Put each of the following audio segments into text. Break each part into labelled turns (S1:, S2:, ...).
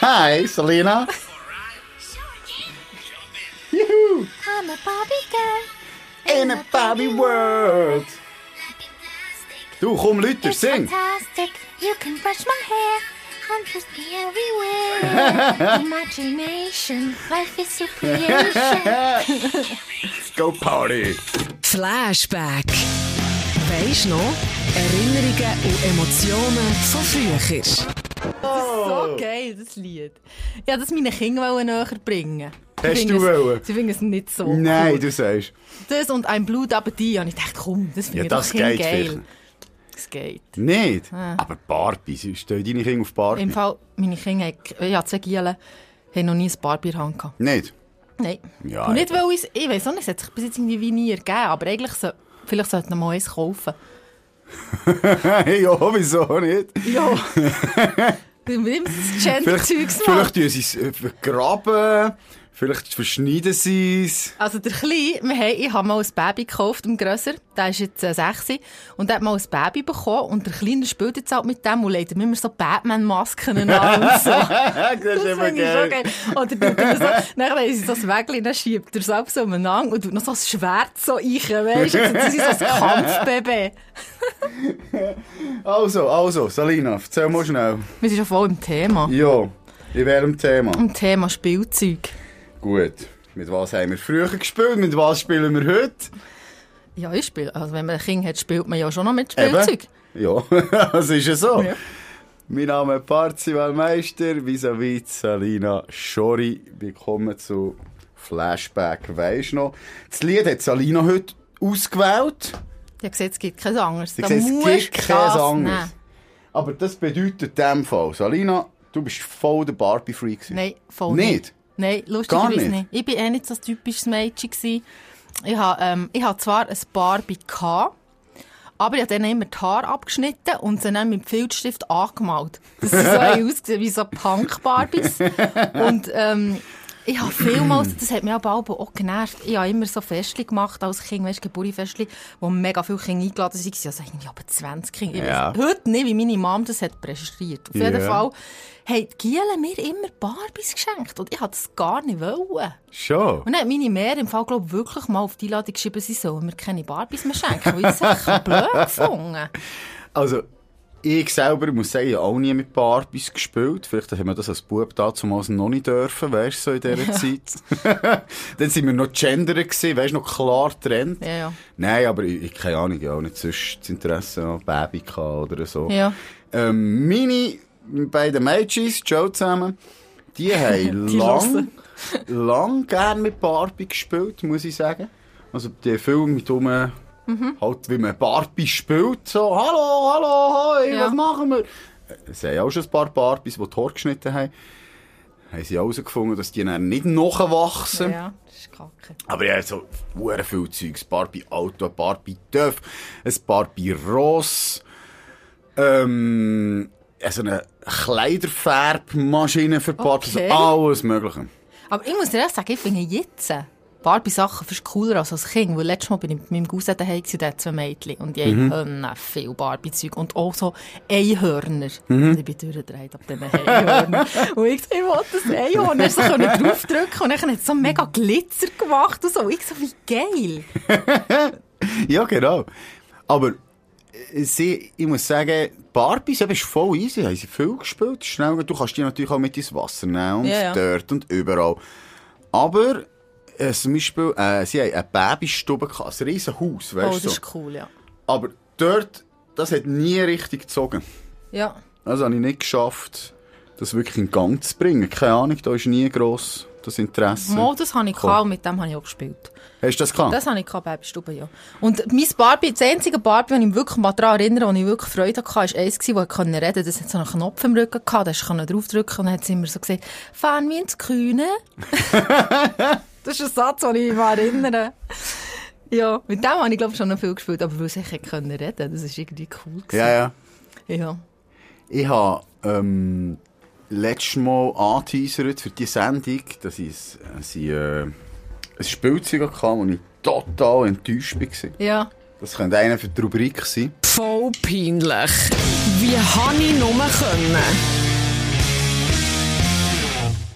S1: Hi, Selena. Joehoe.
S2: I'm a Barbie girl.
S1: In a Barbie world. Du, komm, Leute,
S2: It's
S1: sing.
S2: fantastic. You can brush my hair. I'm just be everywhere. Imagination. Life is your creation.
S1: Go Party.
S3: Flashback. Weisst noch? Erinnerungen und Emotionen von früher.
S4: So
S1: Oh.
S4: geil, das Lied. Ja, das meine Kinder wollen näher bringen. Sie
S1: Hast du
S4: finden es-
S1: wollen?
S4: Sie finden es nicht so.
S1: Nein,
S4: cool.
S1: du sagst.
S4: Das und ein Blut aber die. Und ich dachte, komm, das finde
S1: Ja,
S4: ich
S1: das
S4: doch Kinder
S1: geht
S4: geil.
S1: vielleicht.
S4: Das geht.
S1: Nicht. Aber Barbie, sie- stell deine Kinder auf Barbie.
S4: Im Fall, meine Kinder, haben- ja, zwei Gielen, haben noch nie ein Barbie in der Hand gehabt.
S1: Nicht.
S4: Nein.
S1: Ja,
S4: und nicht, weil ich, ich weiß auch nicht, es hat sich bis jetzt irgendwie wie nie ergeben, aber eigentlich so, vielleicht sollte man mal eins kaufen.
S1: Hey, ja, wieso nicht?
S4: Ja. Dann nimm das Gender-Zeugs mal.
S1: vielleicht tun sie es äh, vergraben, vielleicht verschneiden sie es.
S4: Also der Kleine, wir haben, ich habe mal ein Baby gekauft, im Grösser, der ist jetzt äh, 6 und der hat mal ein Baby bekommen und der Kleine spielt jetzt halt mit dem und legt ihm immer so Batman-Masken an und so.
S1: das ist
S4: Das finde ich schon geil. Oder tut er so, nachher ist so das Wägel, dann schiebt er es ab so umeinander und tut noch so ein Schwert so rein, weißt du? Das ist so ein Kampfbaby.
S1: Also, also, Salina, erzähl mal schnell.
S4: Wir sind ja voll im Thema.
S1: Ja, in welchem Thema?
S4: Im Thema Spielzeug.
S1: Gut. Mit was haben wir früher gespielt? Mit was spielen wir heute?
S4: Ja, ich spiele. Also, wenn man ein Kind hat, spielt man ja schon noch mit Spielzeug.
S1: Eben. Ja, das ist ja so.
S4: Ja.
S1: Mein Name ist Parzivalmeister, vis-à-vis Salina Schori. Willkommen zu Flashback, weisst noch. Das Lied hat Salina heute ausgewählt.
S4: Ich habe gesehen, es gibt kein anderes.
S1: Sie
S4: Da
S1: sehen, es
S4: musst
S1: gibt
S4: du
S1: kein
S4: das
S1: anderes.
S4: nehmen.
S1: Aber das bedeutet in dem Fall, Salina, du bist voll der Barbie-Freak. gewesen.
S4: Nein, voll
S1: Nicht?
S4: nicht. Nein,
S1: Gar
S4: lustigerweise
S1: nicht?
S4: nicht. Ich bin eh nicht so ein typisches Mädchen. Gewesen. Ich habe ähm, ich hab zwar ein Barbie, gehabt, aber ich habe dann immer die Haare abgeschnitten und sie dann mit Filzstift angemalt. Das sieht so ausgesehen wie so Punk-Barbies. Und ähm, ich habe vielmals, das hat mich aber auch, auch genervt, ich habe immer so Festchen gemacht als Kind, weißt du, Geburtstagsfestchen, wo mega viele Kinder eingeladen waren. Also irgendwie aber 20 Kinder. Ich
S1: Ja.
S4: weiss heute nicht, wie meine Mom das hat präsentiert. Auf jeden
S1: Ja.
S4: Fall haben die Gielen mir immer Barbies geschenkt und ich wollte das gar nicht. Wollen.
S1: Schon.
S4: Und dann hat meine Mär im Fall, glaube ich, wirklich mal auf die Einladung geschrieben, sie sollen mir keine Barbies mehr schenken, weil ich es echt blöd gefunden
S1: Also, ich selber muss sagen, ich habe auch nie mit Barbies gespielt. Vielleicht haben wir das als Bub damals noch nicht dürfen, weißt du, so in dieser Zeit. Dann sind wir noch Gender gewesen, weißt du, noch klar getrennt.
S4: Ja, ja.
S1: Nein, aber ich, ich keine Ahnung, ich habe auch nicht sonst das Interesse an Baby gehabt oder so.
S4: Ja.
S1: Ähm, meine beiden Mädchen, Joe zusammen, die haben
S4: Die
S1: lang,
S4: hören.
S1: lang gern mit Barbie gespielt, muss ich sagen. Also der Film mit um
S4: Mhm.
S1: halt wie man Barbie spielt, so «Hallo, hallo, hoi,
S4: Ja.
S1: was machen wir?» Es haben auch schon ein paar Barbies, die die Haare geschnitten haben. Haben sie auch herausgefunden, dass die dann nicht nachwachsen.
S4: Ja, das ist kacke.
S1: Aber ja, so hure viel Zeugs. Barbie Auto, ein Barbie Töff, ein Barbie Ross, ähm, also eine Kleiderfärbmaschine für Barbies,
S4: Okay.
S1: also alles Mögliche.
S4: Aber ich muss dir ehrlich sagen, ich finde jetzt Barbie-Sachen fast cooler als als Kind, weil letztes Mal bin ich mit meinem Cousin daheim gewesen, der hat zwei Mädchen und die
S1: Mhm.
S4: haben viel Barbie-Zeug und auch so Einhörner.
S1: Mhm.
S4: Und ich bin durchgedreht ab diesen Einhörnern. und ich so, ich wollte das Einhorn, dann so können draufdrücken und dann hat es so mega Glitzer gemacht und so. Und ich so, wie geil.
S1: Ja, genau. Aber äh, sie, ich muss sagen, Barbies eben, ist voll easy, haben sie viel gespielt. Schnell, du kannst die natürlich auch mit ins Wasser nehmen und
S4: Ja, ja.
S1: dort und überall. Aber äh, zum Beispiel, äh, sie haben eine Babystube, gehabt, ein riesen Haus,
S4: Oh,
S1: weißt
S4: das
S1: du. so.
S4: ist cool, ja.
S1: Aber dort, das hat nie richtig gezogen.
S4: Ja.
S1: Also habe ich nicht geschafft, das wirklich in Gang zu bringen. Keine Ahnung, da ist nie gross das Interesse.
S4: Mal, das habe ich
S1: Cool.
S4: gehabt und mit dem habe ich auch gespielt.
S1: Hast du das gehabt?
S4: Das habe ich gehabt, Babystube, ja. Und mein Barbie, das einzige Barbie, das ich mich wirklich mal daran erinnere, wo ich wirklich Freude hatte, war eins, das ich reden konnte. Das hat so einen Knopf im Rücken gehabt, da konnte ich draufdrücken und dann hat sie immer so gesagt, fahren wir ins Kühne. das ist ein Satz, den ich mich mal erinnere. Ja, mit dem habe ich, glaube ich, schon noch viel gespielt, aber weil ich echt reden konnte, das war irgendwie cool.
S1: ja, ja.
S4: ja. ja.
S1: Ich habe ähm, letztes Mal angeteasert für die Sendung, dass ich, dass ich äh, ein Spielzeug hatte, wo ich total enttäuscht war.
S4: Ja.
S1: Das könnte einer für die Rubrik sein.
S3: Voll peinlich. Wie han ich nur können?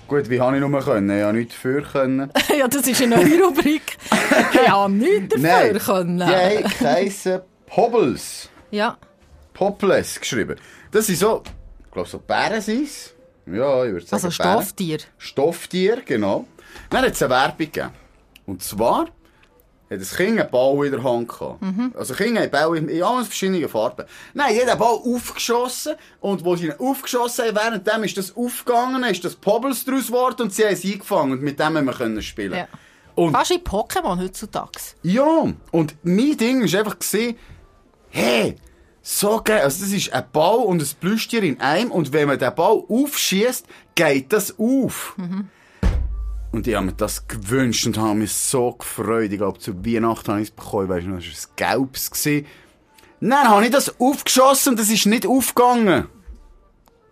S1: Gut, wie habe ich nur können? Ich habe nichts dafür können.
S4: ja, das ist eine neue Rubrik. Ich habe nichts dafür können.
S1: Yay, Kaiser Pobbles.
S4: Ja.
S1: Popples geschrieben. Das sind so, ich glaube, so Bären sind es. Ja, ich würde sagen.
S4: Also
S1: Bären.
S4: Stofftier.
S1: Stofftier, genau. Dann hat es eine Werbung gegeben. Und zwar hat ein Kind einen Ball in der Hand gehabt.
S4: Mhm.
S1: Also Kinder haben Bälle in, in allen verschiedenen Farben. Nein, jeder Ball aufgeschossen. Und wo sie ihn aufgeschossen haben, währenddem ist das aufgegangen, ist das Pobbles draus geworden und sie haben es eingefangen. Und mit dem haben wir können spielen.
S4: Ja.
S1: Und
S4: Fast wie Pokémon heutzutage.
S1: ja, und mein Ding war einfach, gewesen, hey, so geil. Also, das ist ein Ball und ein Plüschtier in einem. Und wenn man den Ball aufschießt, geht das auf. Mhm. Und ich habe mir das gewünscht und habe mich so gefreut. Ich glaube, zu Weihnachten habe ich es bekommen. Weißt du, noch, das war ein Gelbes. gewesen. Dann habe ich das aufgeschossen und das ist nicht aufgegangen.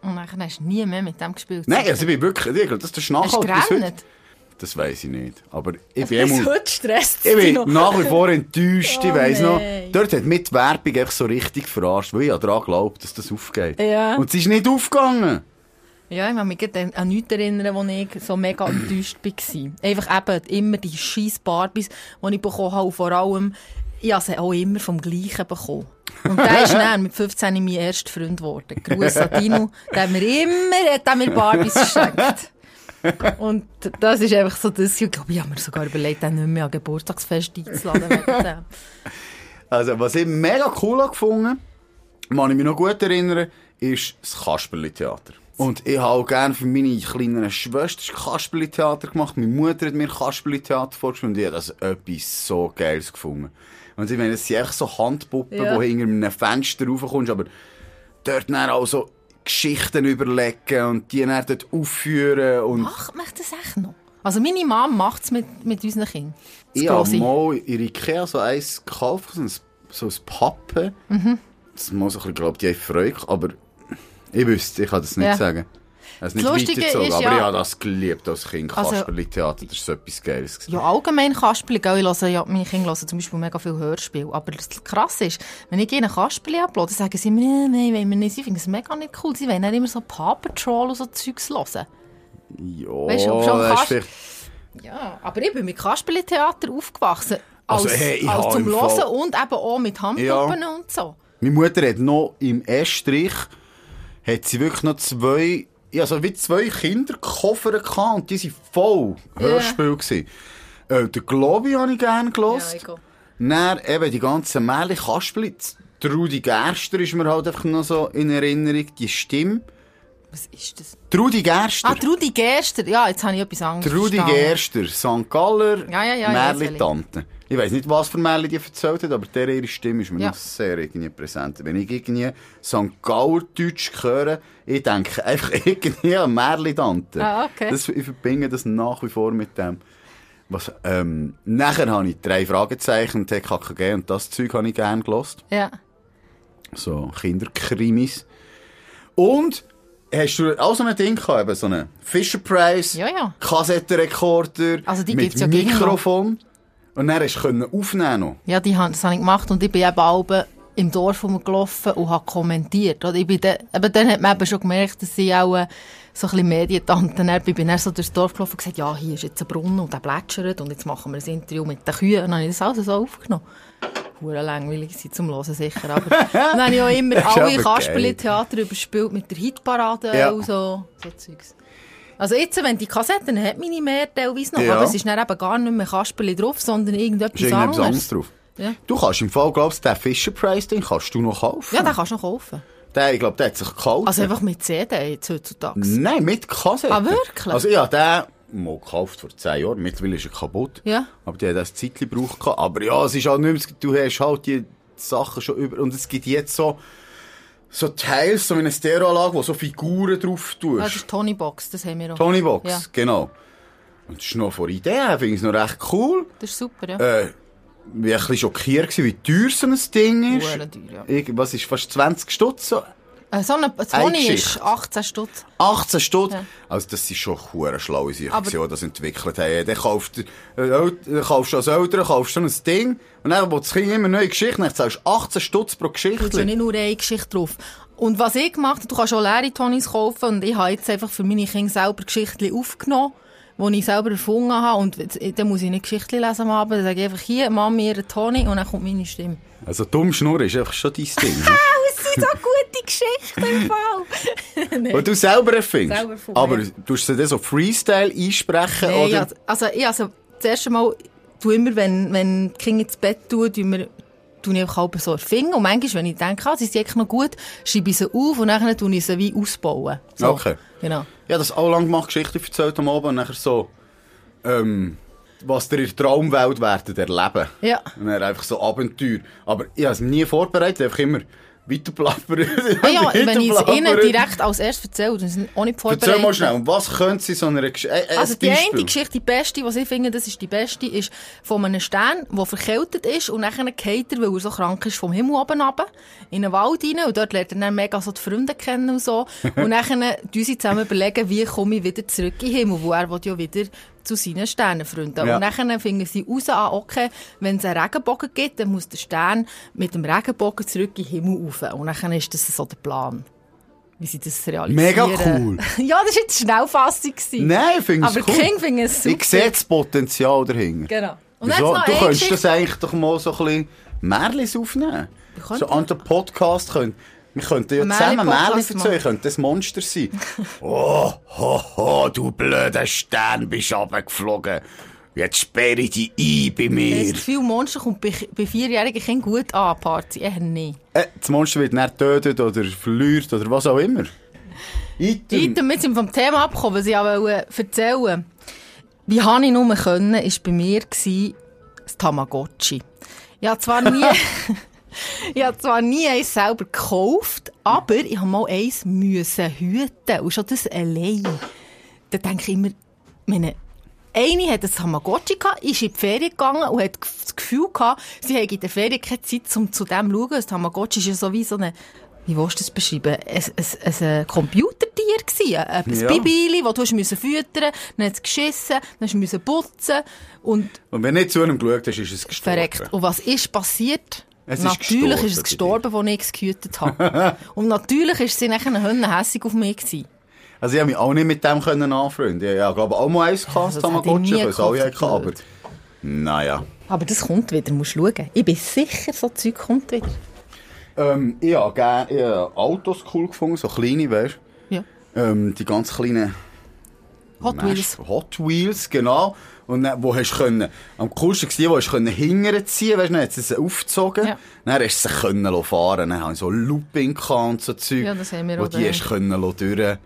S4: Und dann hast du nie mehr mit dem gespielt.
S1: Nein, also ich bin wirklich, ich glaube, das ist
S4: Hast du
S1: nachhaltig bis heute.
S4: gerannt? Also
S1: Das weiß ich nicht. Aber ich bin
S4: Bis
S1: immer-
S4: heute stresst
S1: Ich
S4: mich
S1: bin
S4: noch.
S1: nach wie vor enttäuscht, ich
S4: Oh
S1: weiss noch.
S4: nein.
S1: Dort hat mich die Werbung echt so richtig verarscht, weil ich daran glaubt, dass das aufgeht.
S4: Ja.
S1: Und es ist nicht aufgegangen.
S4: Ja, ich kann mich gerade an nichts erinnern, wo ich so mega enttäuscht war. Einfach eben immer die scheiß Barbies, die ich bekommen habe. Und vor allem, ich habe sie auch immer vom Gleichen bekommen. Und der ist dann mit 15 mein erster Freund geworden. Gruß an Dino. Der hat mir immer hat er mir Barbies geschenkt. Und das ist einfach so das. Ich glaube, ich habe mir sogar überlegt, den nicht mehr an Geburtstagsfest einzuladen. wegen dem.
S1: Also, was ich mega cool habe gefunden kann ich mich noch gut erinnern, ist das Kasperli-Theater. Und ich habe auch gerne für meine kleinen Schwester Kasperli-Theater gemacht. Meine Mutter hat mir Kasperli-Theater vorgestellt und ich habe das etwas so Geiles gefunden. Und ich meine, es sind echt so Handpuppen,
S4: Ja.
S1: die hinter einem Fenster raufkommst, aber dort dann auch so Geschichten überlegen und die dann dort aufführen und...
S4: Macht mich das echt noch? Also meine Mom macht es mit, mit unseren Kindern. Das
S1: Ich habe
S4: Grosse.
S1: mal in Ikea so eins gekauft, so ein, so ein Pappe.
S4: Mhm.
S1: Das muss ich glaube die haben Freude, gehabt, aber ich wüsste, ich kann das nicht
S4: Ja.
S1: sagen. Also nicht
S4: Das Lustige
S1: weitergezogen,
S4: ist
S1: aber
S4: ja-
S1: ich habe das geliebt als Kind,
S4: Also-
S1: Kasperli-Theater, das ist so etwas Geiles. gewesen.
S4: Ja, allgemein Kasperli, gell, ich höre, ja, meine Kinder hören zum Beispiel mega viel Hörspiel. Aber das krass ist, wenn ich ihnen Kasperli ablade, sagen sie mir, nein, nein, wollen wir nicht. Sie finden es mega nicht cool. Sie wollen dann immer so Paw Patrol und so Zeugs hören.
S1: Ja,
S4: Weißt du, ob schon
S1: das ist
S4: Kas-
S1: vielleicht-
S4: Ja, aber ich bin mit Kasperli-Theater aufgewachsen. Als,
S1: Also, hey, ich
S4: als
S1: hab
S4: zum
S1: im Fall-
S4: Hören und eben auch mit Handpuppen und so.
S1: Meine Mutter hat noch im Estrich hat sie wirklich noch zwei, ja, so wie zwei Kinderkoffer gehabt und die sind voll Hörspiel gewesen. Äh, den Globi habe ich gerne
S4: Ja,
S1: gelost.
S4: ich auch.
S1: Dann eben die ganzen Märchen, Kasperli, die Rudi Gerster ist mir halt einfach noch so in Erinnerung, die Stimme.
S4: Was ist das?
S1: Die Rudi Gerster.
S4: Ah, die Rudi Gerster. Ja, jetzt habe ich etwas
S1: Die
S4: anderes
S1: Rudi
S4: verstanden.
S1: Gerster, St. Galler,
S4: Ja, ja, ja, ich weiss, welche.
S1: Tante. Ich weiss nicht, was für Merli die erzählt hat, aber der ihre Stimme ist mir
S4: Ja.
S1: noch sehr irgendwie präsent. Wenn ich irgendwie St. Galler Deutsch höre, ich denke einfach irgendwie an Merli Tante.
S4: Ah, okay.
S1: das, ich verbinde das nach wie vor mit dem. Was, ähm, nachher habe ich drei Fragezeichen, TKKG und das Zeug habe ich gerne gelost.
S4: Ja.
S1: So Kinderkrimis. Und hast du auch so ein Ding gehabt, eben so einen Fisher Price,
S4: Ja, ja.
S1: Kassettenrekorder,
S4: Also die
S1: mit
S4: gibt's ja gleich noch.
S1: Mikrofon. Und dann hast du können aufnehmen noch.
S4: Ja, die han- das habe ich gemacht und ich bin eben oben im Dorf rumgelaufen und habe kommentiert. Oder ich bin dann, eben dann hat man eben schon gemerkt, dass ich auch äh, so ein bisschen Medientanten bin. Ich bin dann so durchs Dorf gelaufen und gesagt, ja, hier ist jetzt ein Brunnen und der plätschert und jetzt machen wir ein Interview mit den Kühen. Und dann habe ich das alles so aufgenommen. Hure langweilig sind zum Hören sicher, aber dann habe ich auch immer
S1: Das ist
S4: alle
S1: aber
S4: Kasperli-Theater überspielt mit der Hitparade
S1: Ja.
S4: und so, so Zeugs. Also jetzt, wenn die Kassetten hat meine mehr teilweise noch,
S1: Ja.
S4: aber es ist dann eben gar nicht mehr Kasperli drauf, sondern
S1: Ist
S4: irgendetwas
S1: irgendetwas
S4: anderes.
S1: anderes drauf.
S4: Ja.
S1: Du kannst im Fall, glaubst du, den Fisher Price, den kannst du noch kaufen.
S4: Ja, den kannst du noch kaufen.
S1: Der, ich glaube, der hat sich gekauft.
S4: Also einfach mit CD jetzt heutzutage.
S1: Nein, mit Kassette.
S4: Ah, wirklich?
S1: Also ich habe den mal gekauft vor 10 Jahren, mittlerweile ist er kaputt.
S4: Ja.
S1: Aber die hat das Zeitchen gebraucht. gehabt. Aber ja, es ist auch nicht mehr, du hast halt die Sachen schon über... Und es gibt jetzt so... So Teils, so wie eine Stereoanlage, wo so Figuren drauf
S4: Ja, das
S1: tust.
S4: ist Tony Box, das haben wir auch.
S1: Tony Box,
S4: Ja.
S1: genau. Und das ist noch vor Idee, finde ich es noch recht cool.
S4: Das ist super, ja.
S1: Äh, ich war ein bisschen schockiert, gewesen, wie teuer so ein Ding ist.
S4: Hure teuer, ja.
S1: Irgendwas ist fast 20 Stutz. So.
S4: Äh, so eine Tony ist
S1: Geschichte.
S4: 18 Stutz.
S1: 18 Stutz.
S4: Ja.
S1: Also, das sind schon hure schlaue Sachen,
S4: Aber-
S1: gewesen, die das entwickelt haben. Dann kaufst du, äh, El- dann kaufst du als Eltern kaufst so ein Ding und dann will das Kind immer neue Geschichten. Dann zahlst du 18 Stutz pro
S4: Da ist ja
S1: Geschichte.
S4: nicht nur eine Geschichte drauf. Und was ich gemacht habe, du kannst auch leere Tonis kaufen und ich habe jetzt einfach für meine Kinder selber Geschichten aufgenommen, die ich selber erfunden habe und jetzt- äh, dann muss ich nicht Geschichten lesen am Abend, dann sage ich einfach hier, Mami, ihr Toni und dann kommt meine Stimme.
S1: Also dumm Schnurren ist einfach schon dein Ding. ne?
S4: Das sind so gute Geschichten im Fall.
S1: Weil du selber erfindest.
S4: Selber erfunden,
S1: Aber
S4: ja.
S1: du hast dann so Freestyle einsprechen
S4: Nein,
S1: oder...
S4: also- also ich also das erste Mal tu immer, wenn, wenn die Kinder ins Bett tun, tun wir tue ich einfach halb so erfinden. Und manchmal, wenn ich denke, ah, sie sind eigentlich noch gut, schreibe ich sie auf und dann tue ich sie wie ausbauen. So.
S1: Okay.
S4: Genau.
S1: Ja, das auch lang gemacht, Geschichte erzählt am Abend und nachher so, ähm, was ihr in der Traumwelt werdet erleben.
S4: Ja.
S1: Und dann einfach so Abenteuer. Aber ich habe es nie vorbereitet, einfach immer weiterplappern.
S4: Ah ja, wenn ich es ihnen direkt als erstes erzähle, dann sind sie auch nicht vorbereitet.
S1: Erzähl mal schnell, und was könnte sie so einer Geschichte... Äh, äh,
S4: Also
S1: ein
S4: die
S1: Beispiel.
S4: eine Geschichte, die beste, die ich finde, das ist die beste, ist von einem Stern, der verkältet ist und nachher geht er, weil er so krank ist, vom Himmel oben runter, in einen Wald rein und dort lernt er dann mega so die Freunde kennen und so. Und nachher tun sie zusammen überlegen, wie komme ich wieder zurück in den Himmel, wo er will ja wieder zu seinen Sternenfreunden.
S1: Ja.
S4: Und nachher finden sie raus, ah, okay, wenn es einen Regenbogen gibt, dann muss der Stern mit dem Regenbogen zurück in den Himmel rauf. Und nachher ist das so der Plan. Wie sie das realisieren.
S1: Mega cool.
S4: ja, das war jetzt Schnellfassung. gewesen.
S1: Nein, ich finde es
S4: Aber
S1: cool.
S4: cool. King finde es super.
S1: Ich sehe das Potenzial dahinter.
S4: Genau. Und
S1: Wieso?
S4: jetzt noch
S1: Du
S4: eine
S1: könntest das
S4: Geschichte.
S1: eigentlich doch mal so ein bisschen Märlis aufnehmen.
S4: könnten-
S1: So an den Podcast können. Wir könnten ja
S4: Einen
S1: zusammen Märlis
S4: Märli-Podcast
S1: erzählen,
S4: machen.
S1: könnte das Monster sein. oh, ho, ho, du blöder Stern bist runtergeflogen. Jetzt sperre ich dich ein bei
S4: Ich habe
S1: mir.
S4: das Gefühl, Monster kommt bei, bei vierjährigen Kindern gut an, Party. Eh, Eher nicht.
S1: Äh, das Monster wird nicht getötet oder verliert oder was auch immer. Item.
S4: Item, jetzt sind wir vom Thema abgekommen, was ich auch wollte erzählen Wie habe ich nur können, war bei mir gewesen, das Tamagotchi. Ich habe zwar nie, ich habe zwar nie eins selber gekauft, aber ich habe mal eins müssen hüten. Und schon das allein. Da denke ich immer, meine, eine hat ein Tamagotchi gehabt, ist in die Ferien gegangen und hat gef- das Gefühl gehabt, sie hätte in der Ferien keine Zeit, um zu dem zu schauen. Das Tamagotchi ist ja so wie so eine, wie willst du das beschreiben? Ein, ein, ein, ein äh, Computertier gewesen. Ein, ein
S1: Ja.
S4: Bibili, das du hast müssen füttern, dann hat es geschissen, dann hast du müssen putzen und
S1: Und wenn du nicht zu einem geschaut hast, ist es gestorben.
S4: Verreckt. Und was ist passiert?
S1: Es ist
S4: natürlich
S1: gestorben,
S4: ist
S1: die
S4: es gestorben, als ich es gehütet habe. Und natürlich war sie nachher höllenhässig auf mich. Gewesen.
S1: Also ich habe mich auch nicht mit dem können anfreunden. Ich habe glaube ich, auch mal eins gehabt,
S4: Also,
S1: das
S4: das hätte ich
S1: Tamagotchi,
S4: nie
S1: ich auch
S4: gekauft,
S1: gehabt, aber...
S4: blöd.
S1: Naja.
S4: Aber das kommt wieder, musst du schauen. Ich bin sicher, so Zeug kommt wieder.
S1: Ähm, ich habe gerne ich hab Autos cool gefunden, so kleine, weißt
S4: Ja.
S1: du? Ähm, die ganz kleinen
S4: Hot Wheels.
S1: Masch- Hot Wheels, genau. Und dann, wo hast du können, am coolsten war, wo hast du können hingern ziehen, weißt du, dann hat sie sie aufgezogen,
S4: Ja.
S1: dann hast du sie können lassen fahren, dann haben sie so Looping gehabt und so Zeug.
S4: Ja, das haben wir
S1: wo
S4: auch
S1: die hast du
S4: daheim.
S1: können lassen durch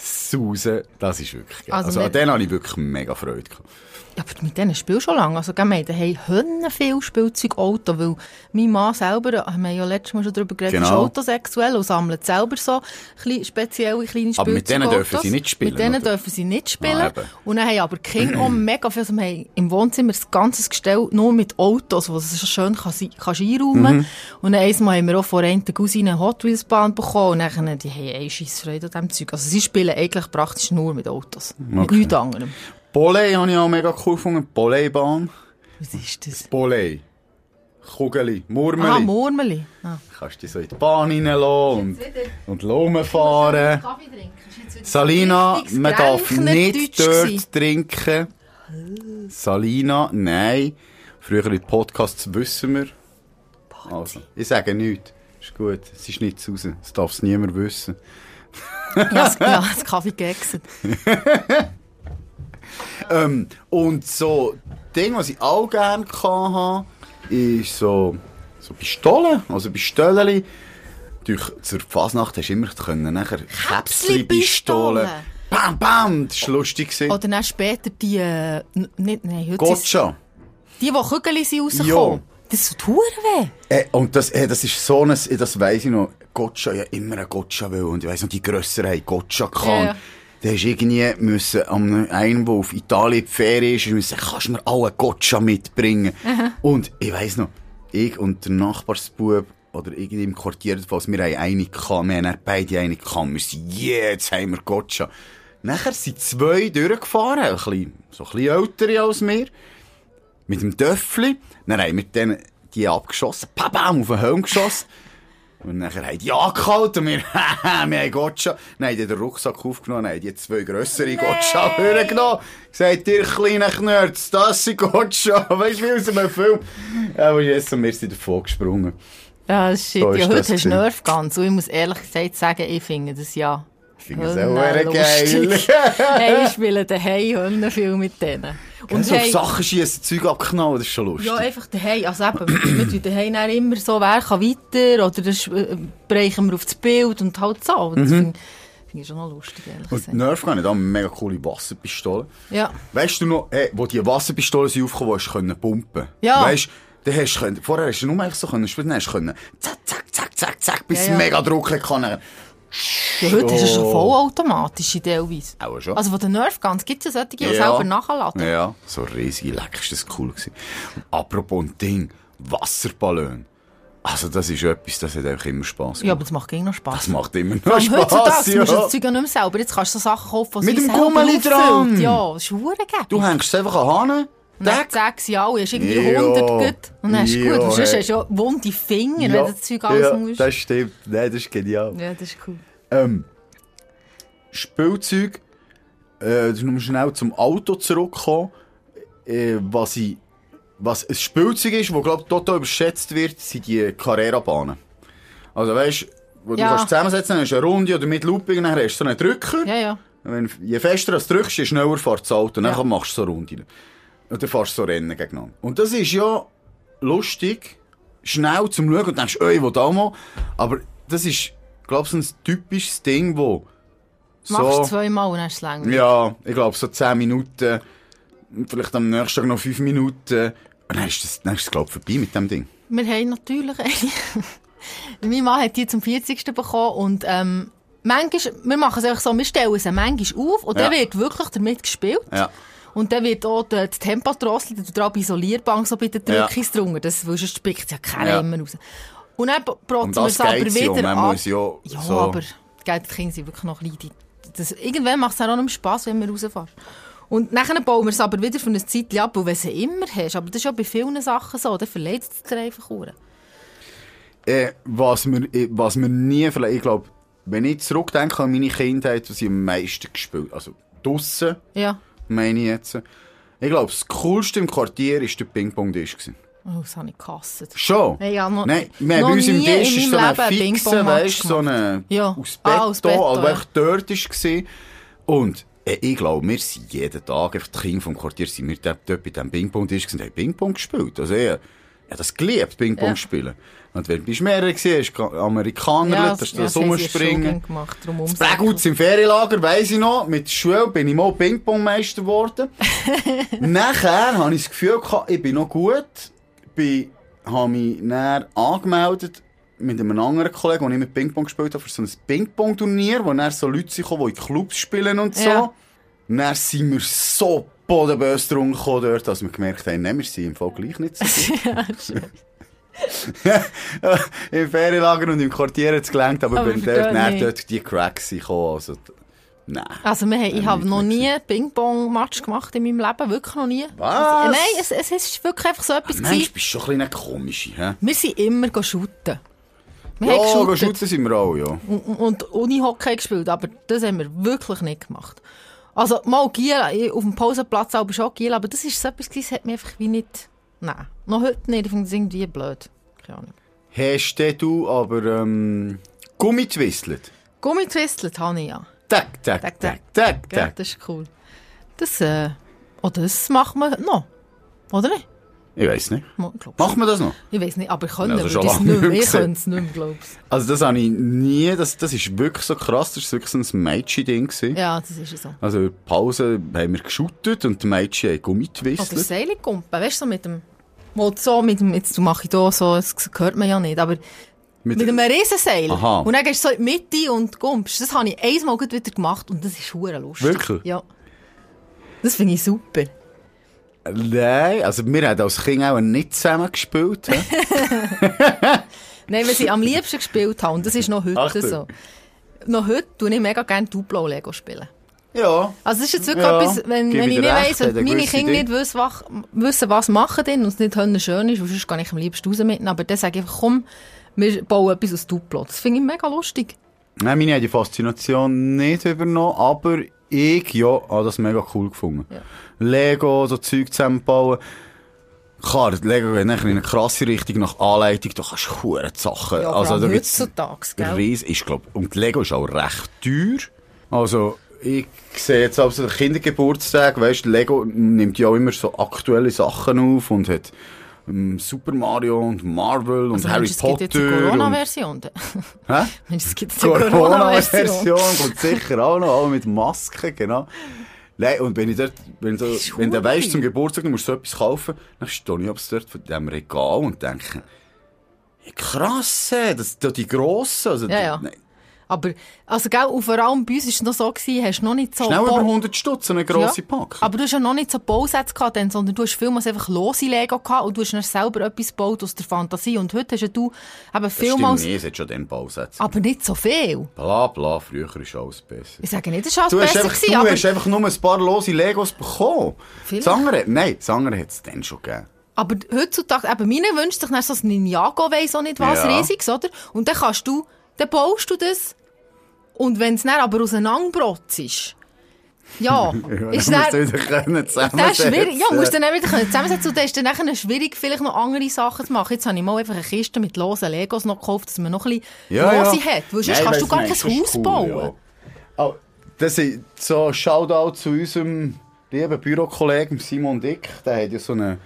S1: sausen, das ist wirklich geil.
S4: Also
S1: Also, an
S4: wir-
S1: denen habe ich wirklich mega Freude gehabt.
S4: Ja, aber mit denen spielst du schon lange. Also, gell, wir haben Hönnen viel Spielzeugauto, weil mein Mann selber, wir haben ja letztes Mal schon darüber geredet,
S1: Genau.
S4: ist autosexuell und sammelt selber so kleine, spezielle kleine Spielzeugautos.
S1: Aber mit denen dürfen sie nicht spielen,
S4: Mit denen
S1: oder?
S4: dürfen sie nicht spielen.
S1: Ah, eben.
S4: und dann haben aber die Kinder auch mega viel. Also wir haben im Wohnzimmer ein ganzes Gestell nur mit Autos, wo du so schön kann, kannst einräumen Und dann einmal haben wir auch vor einem Tag aus einer Hot Wheels Bahn bekommen und dann die haben eine Scheissfreude an diesem Zeug. Also sie spielen eigentlich praktisch nur mit Autos. Mit nichts anderem.
S1: Polei habe ich auch mega cool gefunden, Poleibahn.
S4: Was ist das?
S1: Polei. Kugeli, Murmeli.
S4: Ah, Murmeli. Ah.
S1: kannst dich so in die Bahn reinlassen und, und Laumen fahren. Salina,
S4: Richtiges
S1: man darf
S4: Gerechner
S1: nicht
S4: Deutsch
S1: dort
S4: gewesen.
S1: trinken. Salina, nein. Früher in Podcasts wissen wir. Also, ich sage nichts. Ist gut, es ist nichts raus. Es darf es niemand wissen.
S4: Ja, das- ja, das Kaffee gegessen.
S1: Und so, Ding, was ich auch gerne hatte, ist so, so Pistolen, also Pistöleli. Durch, zur Fasnacht hast du immer können nachher
S4: Käpsli-Pistolen.
S1: Käpsli-Pistolen. Bam, bam, das war lustig. gewesen.
S4: Oder dann später die, äh, n- nicht, nein, heute sind's-
S1: Gotcha.
S4: die, die Kügel sind
S1: Ja.
S4: rausgekommen. Das tut Huren weh.
S1: Äh, und das, äh, das ist so ein, das weiss ich noch, Gotcha, ja immer ein Gotcha will. Und ich weiss noch, die Grösseren haben Gotcha gehabt.
S4: Ja, ja.
S1: Da hast du irgendwie müssen, an einem, der auf Italien die Ferien ist, müssen, kannst du mir auch einen Gotcha mitbringen? Und ich weiss noch, ich und der Nachbarsbub, oder irgendwie im Quartier, falls wir haben eine gehabt, wir haben dann beide eine gehabt, wir sind, yeah, jetzt haben wir Gotcha. Nachher sind zwei durchgefahren, ein bisschen, so ein bisschen ältere als wir mit dem Töffli. Dann haben wir dann die abgeschossen, bam, bam, auf den Helm geschossen. Und nachher haben die angehalten, wir, haha, wir haben Gotcha. Nein, die haben den Rucksack aufgenommen, haben die zwei grössere Gotcha genommen. Sagt ihr kleinen Knörz, das sind Gotcha. Weißt du, wie aus einem Film. Aber jetzt sind wir sind davon gesprungen.
S4: Ja, shit.
S1: So ist
S4: ja,
S1: das
S4: heute hast du
S1: gewesen.
S4: Nerv ganz. Und ich muss ehrlich gesagt sagen, ich finde das ja. Ich
S1: finde es auch geil.
S4: hey, ich spiele daheim Höllenfilm mit denen.
S1: Und so auf
S4: hey,
S1: Sachen schiessen, Zeug abknallen, das ist schon lustig.
S4: Ja, einfach daheim. Also eben, wir tun daheim dann immer so, wer kann weiter, oder das äh, brechen wir auf das Bild und halt so. Und Das finde ich- finde ich schon noch lustig, ehrlich
S1: Mhm. Und
S4: gesagt.
S1: Nerf kann ich da mega coole Wasserpistole.
S4: Ja.
S1: Weißt du noch, ey, wo die Wasserpistolen sind aufgekommen, hast du können pumpen.
S4: Ja.
S1: Weißt du, hast du können, vorher hast du nur einfach so können spielen, dann hast du können zack, zack, zack, zack, zack, bis
S4: Ja,
S1: es
S4: ja.
S1: mega Druck kann.
S4: ja, heute ist es schon vollautomatische teilweise.
S1: Oh. Auch schon.
S4: Also von den Nerf Guns gibt es ja solche, die
S1: Ja.
S4: selber nachladen.
S1: Ja, so riesige Leck, ist das cool gewesen. Und apropos ein Ding, Wasserballon. Also das ist etwas, das hat einfach immer Spass gemacht.
S4: Ja, aber das macht gegen noch Spass.
S1: das macht immer
S4: Vor
S1: noch
S4: allem
S1: Spass.
S4: Heutzutage musst du
S1: Ja.
S4: das Zeug ja nicht mehr selber. Jetzt kannst du so Sachen kaufen, die
S1: Mit
S4: sie
S1: dem
S4: selber
S1: Gummeli
S4: auffüllt.
S1: dran.
S4: Ja, das ist verdammt
S1: Du hängst es einfach an den Hahn,
S4: Dann
S1: Deck,
S4: sagst du ja, du hast irgendwie
S1: Ja.
S4: 100 gut. Und dann hast du gut.
S1: Ja,
S4: Und sonst
S1: hey.
S4: hast du ja wunde Finger, wenn du das Zeug alles
S1: ja,
S4: musst.
S1: das stimmt. Nein, das ist genial.
S4: ja, das ist cool.
S1: Ähm, Spielzeug, äh, das ist nur schnell zum Auto zurückkommen, äh, was ich, was ein Spielzeug ist, wo glaube total überschätzt wird, sind die Carrera-Bahnen. Also weißt, wo du
S4: Ja.
S1: kannst zusammensetzen, dann hast du eine Runde oder mit Looping, dann hast du so einen Drücker.
S4: Ja, ja.
S1: Wenn, je fester du drückst, je schneller fährt das Auto. Dann
S4: Ja.
S1: machst du so Runden. Und dann fährst du so Rennen gegeneinander. Und das ist ja lustig, schnell zum Schauen und denkst, ey, ich will da mal. Aber das ist, glaube ich, so ein typisches Ding, wo
S4: Machst
S1: so...
S4: zweimal und dann ist es langweilig.
S1: Ja, ich glaube so 10 Minuten, vielleicht am nächsten Tag noch 5 Minuten. Und dann ist das, dann ist das glaube ich, vorbei mit dem Ding.
S4: Wir haben natürlich eine. mein Mann hat die zum 40. bekommen und ähm, manchmal, wir machen es einfach so, wir stellen sie manchmal auf und dann
S1: Ja.
S4: wird wirklich damit gespielt.
S1: Ja.
S4: Und dann wird auch der- das Tempodrossel, die dran Isolierbank so bei den
S1: Ja.
S4: Drückis drunter, das, weil sonst spickt ja keiner
S1: Ja.
S4: immer raus. Und dann b- protzen
S1: Und
S4: wir es
S1: das
S4: aber
S1: geht ja.
S4: wieder
S1: Man
S4: ab.
S1: muss ja,
S4: ja,
S1: so...
S4: aber gell, die Kinder sind wirklich noch klein. Die, das, irgendwann macht es auch noch mehr Spass, wenn wir rausfahren. Und nachher bauen wir es aber wieder für ein Zeitchen ab, weil wenn du sie immer hast, aber das ist ja bei vielen Sachen so, dann verletzt es dir einfach hure.
S1: Äh, was mir, äh, was mir nie vielleicht, ich glaube, wenn ich zurückdenke an meine Kindheit, was ich am meisten gespielt also draussen,
S4: Ja.
S1: meine ich jetzt. Ich glaube, das Coolste im Quartier war der Ping-Pong-Tisch. gewesen.
S4: Oh, das habe ich gehasst.
S1: Schon?
S4: Nein, ja, noch-
S1: Nein, wir haben
S4: noch
S1: bei uns im
S4: nie
S1: Tisch
S4: in
S1: ist so
S4: meinem
S1: ein
S4: Leben einen
S1: fixer,
S4: Ping-Pong-Match
S1: weißt so ein
S4: Ja.
S1: aus Beton,
S4: Ah, aus Beton,
S1: also
S4: ja.
S1: echt dort war. Und äh, ich glaube, wir sind jeden Tag, einfach die Kinder vom Quartier, sind wir dort dort bei diesem Ping-Pong-Tisch gewesen und haben Ping-Pong gespielt. Also ich, äh, ich habe das geliebt, Ping-Pong
S4: Ja.
S1: spielen. Und wenn du bist mehrere warst, hast du Amerikaner, hast du das
S4: haben sie in der Schule
S1: Sommerspringen.
S4: gemacht, darum
S1: Das Bregutz im Ferienlager, weiss ich noch, mit der Schule bin ich mal Ping-Pong-Meister geworden. Nachher hatte ich das Gefühl, gehabt, ich bin noch gut. Ich habe mich dann angemeldet mit einem anderen Kollegen, den ich mit Ping-Pong gespielt habe, für so ein Ping-Pong-Turnier, wo dann so Leute sind, gekommen, die in Clubs spielen und so.
S4: Ja.
S1: Dann sind wir so bodenbös drum gekommen dort, dass wir gemerkt haben, nein, wir sind im Fall gleich nicht so gut. Im Ferienlager und im Quartier hat es gelangt, aber,
S4: Aber
S1: beim
S4: für
S1: dort,
S4: dort
S1: dann
S4: nicht.
S1: dort die Cracks sind gekommen, also, d- nein.
S4: Also wir, haben- ich
S1: Nein,
S4: habe
S1: Äh, nicht
S4: noch
S1: mehr
S4: nie Ping-Pong-Match gemacht in meinem Leben, wirklich noch nie.
S1: Was?
S4: Also, nein, es, es ist wirklich einfach so etwas
S1: Mensch,
S4: gewesen.
S1: bist du schon ein bisschen komisch, hä?
S4: Wir sind immer shooten. Wir
S1: Ja,
S4: haben
S1: gehen
S4: geshootet
S1: schützen sind wir auch, ja.
S4: und, und Unihockey gespielt, aber das haben wir wirklich nicht gemacht. Also mal Giel, ich- auf dem Pausenplatz auch schon Giel, aber das ist so etwas gewesen, das hat mich einfach wie nicht... Nein, noch heute nicht, ich finde das irgendwie blöd. Keine Ahnung.
S1: Hast denn du aber ähm, Gummi twistelt?
S4: Gummi twistelt habe ich ja.
S1: Tack, tack,
S4: Tack,
S1: tack, tack, tack.
S4: Gell, Das ist cool. Das, äh, oh, das macht man noch. Oder nicht?
S1: Ich weiß nicht.
S4: Mo- Ich, glaub,
S1: Macht man das noch?
S4: ich weiß nicht, aber ich kann
S1: Also
S4: es
S1: schon
S4: nicht
S1: lange
S4: mehr.
S1: nicht
S4: Ich
S1: gesehen.
S4: kann es nicht mehr, glaube ich.
S1: Also das habe ich nie, das, das ist wirklich so krass, das war wirklich so ein Mädchen-Ding. gewesen.
S4: Ja, das ist ja so.
S1: Also in der Pause haben wir geschuttet und die Mädchen haben Gummi
S4: Oder
S1: twistelt.
S4: Seilkumpen, weißt du, so mit dem... Wo du so mit dem, jetzt mache ich hier so, das hört man ja nicht, aber mit einem Riesenseil.
S1: Aha.
S4: Und dann gehst du so in die Mitte und gumpst. Das habe ich einmal gut wieder gemacht und das ist hure lustig.
S1: Wirklich?
S4: Ja. Das finde ich super.
S1: Nein, also wir haben als Kind auch nicht zusammen gespielt. hä?
S4: Nein, weil sie am liebsten gespielt haben, und das ist noch heute
S1: Achtung.
S4: so. Noch heute tue ich mega gerne Duplo-Lego spielen.
S1: ja.
S4: Also es ist jetzt wirklich
S1: Ja,
S4: etwas, wenn,
S1: gebe
S4: wenn
S1: ich
S4: ich
S1: dir
S4: nicht
S1: recht,
S4: weiss,
S1: hat
S4: wenn
S1: eine
S4: meine
S1: gewisse
S4: Kinder
S1: Idee.
S4: nicht wissen, was, wissen, was machen denn und es nicht hören schön ist, weil sonst gehe ich am liebsten raus mit ihnen, aber dann sage ich einfach, komm, wir bauen etwas aus Duplo. Das finde ich mega lustig.
S1: Nein, meine hat die Faszination nicht übernommen, aber ich, ja, habe das mega cool gefunden.
S4: Ja.
S1: Lego, so Zeug zusammenbauen. Klar, das Lego geht nachher in eine krasse Richtung nach Anleitung, da kannst du hure Sachen.
S4: Ja, also,
S1: also, da gibt's
S4: heutzutage, gell?
S1: Ries, ist, glaub, und Lego ist auch recht teuer. Also, ich sehe jetzt also den Kindergeburtstag, weißt du, Lego nimmt ja auch immer so aktuelle Sachen auf und hat ähm, Super Mario und Marvel und
S4: Also,
S1: Harry
S4: meinst du, Es gibt jetzt eine
S1: Potter. und,
S4: Corona-Version.
S1: hä?
S4: Meinst du, es gibt jetzt eine Corona-Version.
S1: Corona-Version kommt sicher auch noch, auch mit Masken, genau. Nein, und wenn ich dort, wenn du,
S4: ist
S1: wenn du
S4: verdammt
S1: weisst, zum Geburtstag, du musst so etwas kaufen, dann stehe ich abends dort von diesem Regal und denke, hey, krass, ey, das sind doch die Grossen. Also,
S4: Ja, ja.
S1: die- nein,
S4: Aber, also, gell, und vor allem bei uns war es noch so, gewesen, hast noch nicht so...
S1: Schnell über
S4: Bo-
S1: 100 Stutz, so eine grosse Pack.
S4: Aber du hast ja noch nicht so Bausätze gehabt, dann, sondern du hast vielmals einfach lose Lego gehabt und du hast dann selber etwas gebaut aus der Fantasie. Und heute hast ja du eben
S1: das stimmt
S4: vielmals...
S1: nicht, es hat schon den Bausätze.
S4: Aber nicht so viel.
S1: Bla bla, früher ist alles besser.
S4: Ich sage nicht, es war alles
S1: Du, hast
S4: besser
S1: einfach,
S4: gewesen,
S1: du
S4: aber,
S1: hast einfach nur ein paar lose Legos bekommen.
S4: Vielleicht.
S1: Sanger, nein, Sanger hat es dann schon gegeben.
S4: aber heutzutage, eben, meine wünscht sich dann so ein Ninjago, weiss auch nicht was,
S1: Ja.
S4: riesiges, oder? Und dann kannst du, dann baust du das und wenn es dann aber auseinanderbrotzt ist, ja, ist
S1: musst
S4: dann...
S1: du wieder können
S4: Das ist schwierig. Ja,
S1: zusammensetzen.
S4: musst du dann auch wieder können zusammensetzen und dann ist dann nachher schwierig, vielleicht noch andere Sachen zu machen. Jetzt habe ich mal einfach eine Kiste mit losen Legos noch gekauft, dass man noch ein bisschen lose hat. Weil sonst
S1: Nein,
S4: kannst
S1: ich
S4: du gar kein
S1: weiss nicht,
S4: Haus
S1: das ist cool,
S4: bauen.
S1: ja. Oh, das ist so ein Shoutout zu unserem lieben Bürokollegen Simon Dick. Der hat ja so einen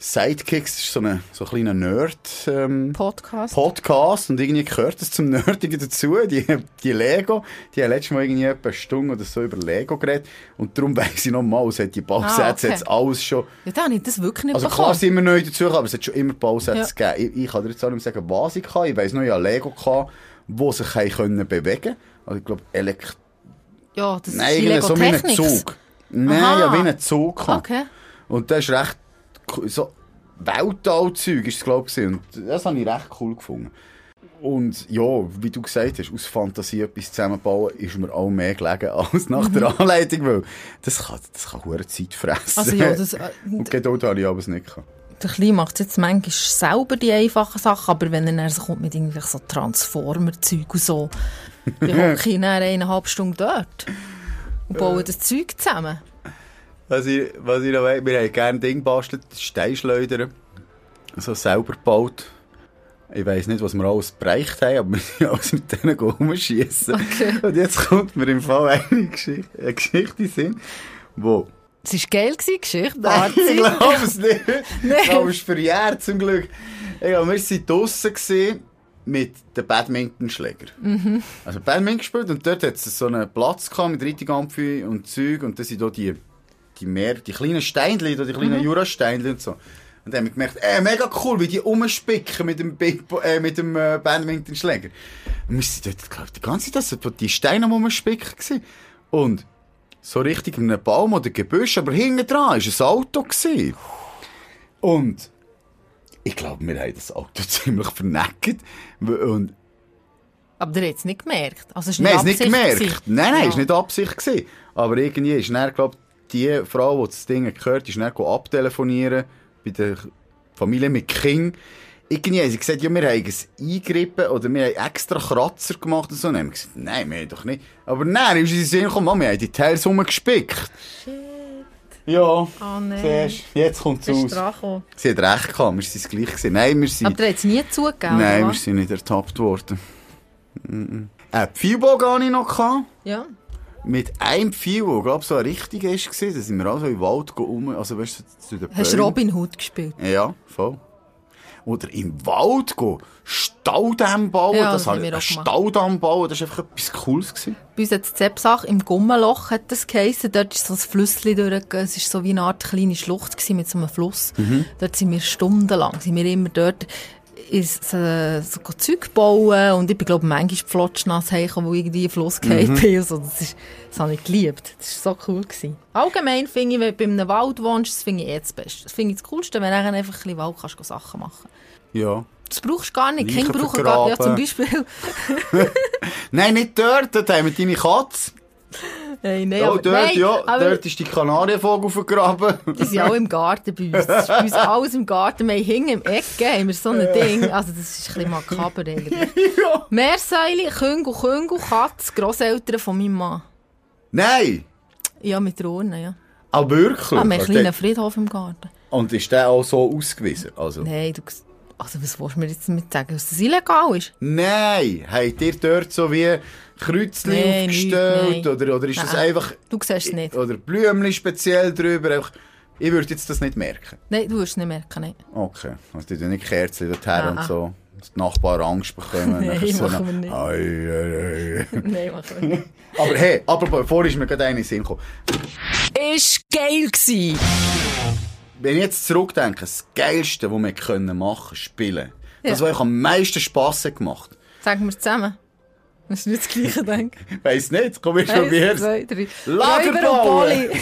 S1: Sidekick, das ist so ein so ein kleiner Nerd. Ähm,
S4: Podcast.
S1: Podcast und irgendwie gehört es zum Nerdigen dazu, die, die Lego, die haben letztes Mal irgendwie etwa eine Stunde oder so über Lego geredet und darum weiss ich noch mal, es hat die Bausätze
S4: Ah, okay.
S1: jetzt alles schon,
S4: ja, dann habe ich das wirklich nicht
S1: also klar
S4: bekommen.
S1: sind immer neu dazu, aber es hat schon immer Bausätze gegeben. Ich, ich kann dir jetzt auch nicht mehr sagen, was ich kann, ich weiss noch, ich hatte Lego, gehabt, wo sich haben können bewegen also ich glaube, Elekt
S4: ja, das
S1: nein,
S4: ist die
S1: irgendwie so wie ein
S4: Lego-Technik.
S1: Zug. Nein,
S4: Aha.
S1: ja, wie ein Zug. gehabt.
S4: Okay.
S1: Und das ist recht co- so Weltallzeug ist es glaube ich und das habe ich recht cool gefunden. Und ja, wie du gesagt hast, aus Fantasie etwas zusammenbauen ist mir auch mehr gelegen als nach der Anleitung, weil das kann, das kann hure Zeit fressen.
S4: Mhm. Also ja, das, äh,
S1: und Geduld habe ich aber nicht gehabt.
S4: der Kleine macht es jetzt manchmal selber die einfachen Sachen, aber wenn er dann so kommt mit irgendwelchen so Transformer-Zeug und so, dann hocke ich dann eineinhalb Stunden dort
S1: Äh.
S4: und baue das Zeug zusammen.
S1: Was ich, was ich noch weiss, wir haben gerne Ding bastelt, Steinschleudern, so selber gebaut. Ich weiss nicht, was wir alles bereicht haben, aber wir sind alles mit denen rumschiessen. Und jetzt kommt mir im Fall eine Geschichte, eine Geschichte in den Sinn, wo...
S4: Es war geil, gewesen, Geschichte,
S1: ich
S4: Barzi.
S1: glaube es nicht. Aber es ist verjährt zum Glück. Ja, wir waren draussen gewesen mit den Badmintonschlägern. Also Badminton gespielt und dort hat es so einen Platz gehabt mit richtig Amphi und Zeug und das sind da die, die, mehr, die kleinen Steinchen, da die kleinen Jurasteinchen und so. Und dann haben wir gemerkt, ey, mega cool, wie die rumspicken mit dem, Big Bo- äh, mit dem äh, Badmintonschläger. Und wir sind dort, glaub ich, die ganze Zeit, das die Steine am rumspicken gewesen. Und so richtig in einem Baum oder Gebüsch, aber hinten dran war ein Auto. Gewesen. Und ich glaube, wir haben das Auto ziemlich verneckt. Und
S4: Aber der hat es nicht gemerkt. Also, es ist
S1: wir haben es nicht
S4: Absicht
S1: gemerkt.
S4: gewesen.
S1: Nein, nein,
S4: Ja.
S1: es war nicht Absicht. Gewesen. Aber irgendwie ist dann, glaube die Frau, die das Ding gehört, ist dann go abtelefonieren bei der Familie mit Kind. Irgendwie haben sie gesagt, ja, wir haben es eingegriffen oder wir haben extra Kratzer gemacht und so. Und dann haben wir gesagt, nein, wir haben doch nicht. Aber nein, ist uns in den Sinn gekommen, Mann, wir haben die Teils rumgespickt. Ja,
S4: Oh nein.
S1: siehst du, jetzt kommt es
S4: Das ist
S1: aus.
S4: dran gekommen.
S1: Sie hat recht gehabt, wir sind es gleich gewesen. Nein, wir
S4: Aber
S1: sind...
S4: der hat es nie zugegeben.
S1: Nein,
S4: oder?
S1: wir sind nicht ertappt worden. Mm -mm. Äh, Pfeilbogen hatte ich noch. Gehabt.
S4: Ja.
S1: Mit einem Pfeil, der glaube so ein richtiger ist, gewesen, da sind wir auch so im Wald gegangen, also weißt du, zu- zu den
S4: Hast du
S1: Bäumen.
S4: Robin Hood gespielt?
S1: Ja, voll. Oder im Wald gehen, Staudamm bauen,
S4: Ja, das
S1: das,
S4: haben
S1: habe ich,
S4: wir auch
S1: einen
S4: gemacht.
S1: Staudamm bauen, das war einfach etwas Cooles. Gewesen.
S4: Bei uns hat es Zepsach im Gummeloch hat das geheissen. Dort ist so ein Flüssli durchgegangen. Es war so wie eine Art kleine Schlucht gewesen mit so einem Fluss.
S1: Mhm.
S4: Dort sind wir stundenlang, sind wir immer dort ist, äh, so Zeug bauen und ich bin glaube manchmal flotschnass heimgekommen, wo irgendwie ein Fluss
S1: Mhm.
S4: gefallen bin. Also, das, ist, das habe ich geliebt. Das war so cool. Gewesen. Allgemein finde ich, wenn du in einem Wald wohnst, das finde ich eh das Beste. Das finde ich das Coolste, wenn du dann einfach ein bisschen Wald kannst, gehen Sachen machen
S1: Ja.
S4: Das brauchst du gar nicht.
S1: Leichen
S4: Kinder brauchen gar ja
S1: vergraben.
S4: zum Beispiel
S1: Nein, nicht dort, dort haben wir deine Katze.
S4: Äh, Nein, nein,
S1: Oh,
S4: aber-
S1: dort,
S4: nein,
S1: ja,
S4: aber
S1: dort ist die Kanarienvogel vergraben.
S4: die sind auch im Garten bei uns. Das ist bei uns alles im Garten. Wir haben hinten im Ecke haben wir so ein Ding. Also das ist ein bisschen makaber eigentlich. Meersäule, Küngel, Küngel, Katz, Grosseltern von meinem Mann.
S1: Nein!
S4: Ja, mit der Urne, ja.
S1: Ah, wirklich?
S4: Ah, wir haben einen
S1: Also,
S4: kleinen Friedhof im Garten.
S1: Und ist der auch so ausgewiesen? Also,
S4: Nein, du... Also was willst du mir jetzt damit sagen, dass das illegal ist?
S1: nein! Habt ihr dort so wie Kreuzchen
S4: Nein,
S1: aufgestellt?
S4: nichts, nein.
S1: Oder, oder ist das
S4: Nein.
S1: einfach...
S4: Du siehst es nicht.
S1: Oder Blümchen speziell drüber? Einfach, ich würde jetzt das nicht merken.
S4: Nein, du wirst es nicht merken, nein.
S1: Okay. Also die tun nicht Kerzen dorthin
S4: Ah,
S1: und
S4: ah.
S1: so. Dass die Nachbarn Angst bekommen.
S4: Nein,
S1: Nachher
S4: machen wir nicht.
S1: Ei, ei, ei.
S4: nein, mach ich nicht.
S1: Aber hey, apropos, vorhin ist mir gerade eine in den Sinn gekommen.
S3: Ist geil gewesen.
S1: Wenn ich jetzt zurückdenke, das Geilste, was wir können machen spielen. Das,
S4: Ja.
S1: was ich am meisten Spass hat gemacht
S4: Sagen wir es zusammen. Das ist nicht das Gleiche, denke ich.
S1: Weiss nicht, komm, ich probier's.
S4: zwei, drei.
S1: Lager
S4: Räuber und
S1: bauen.
S4: Poli.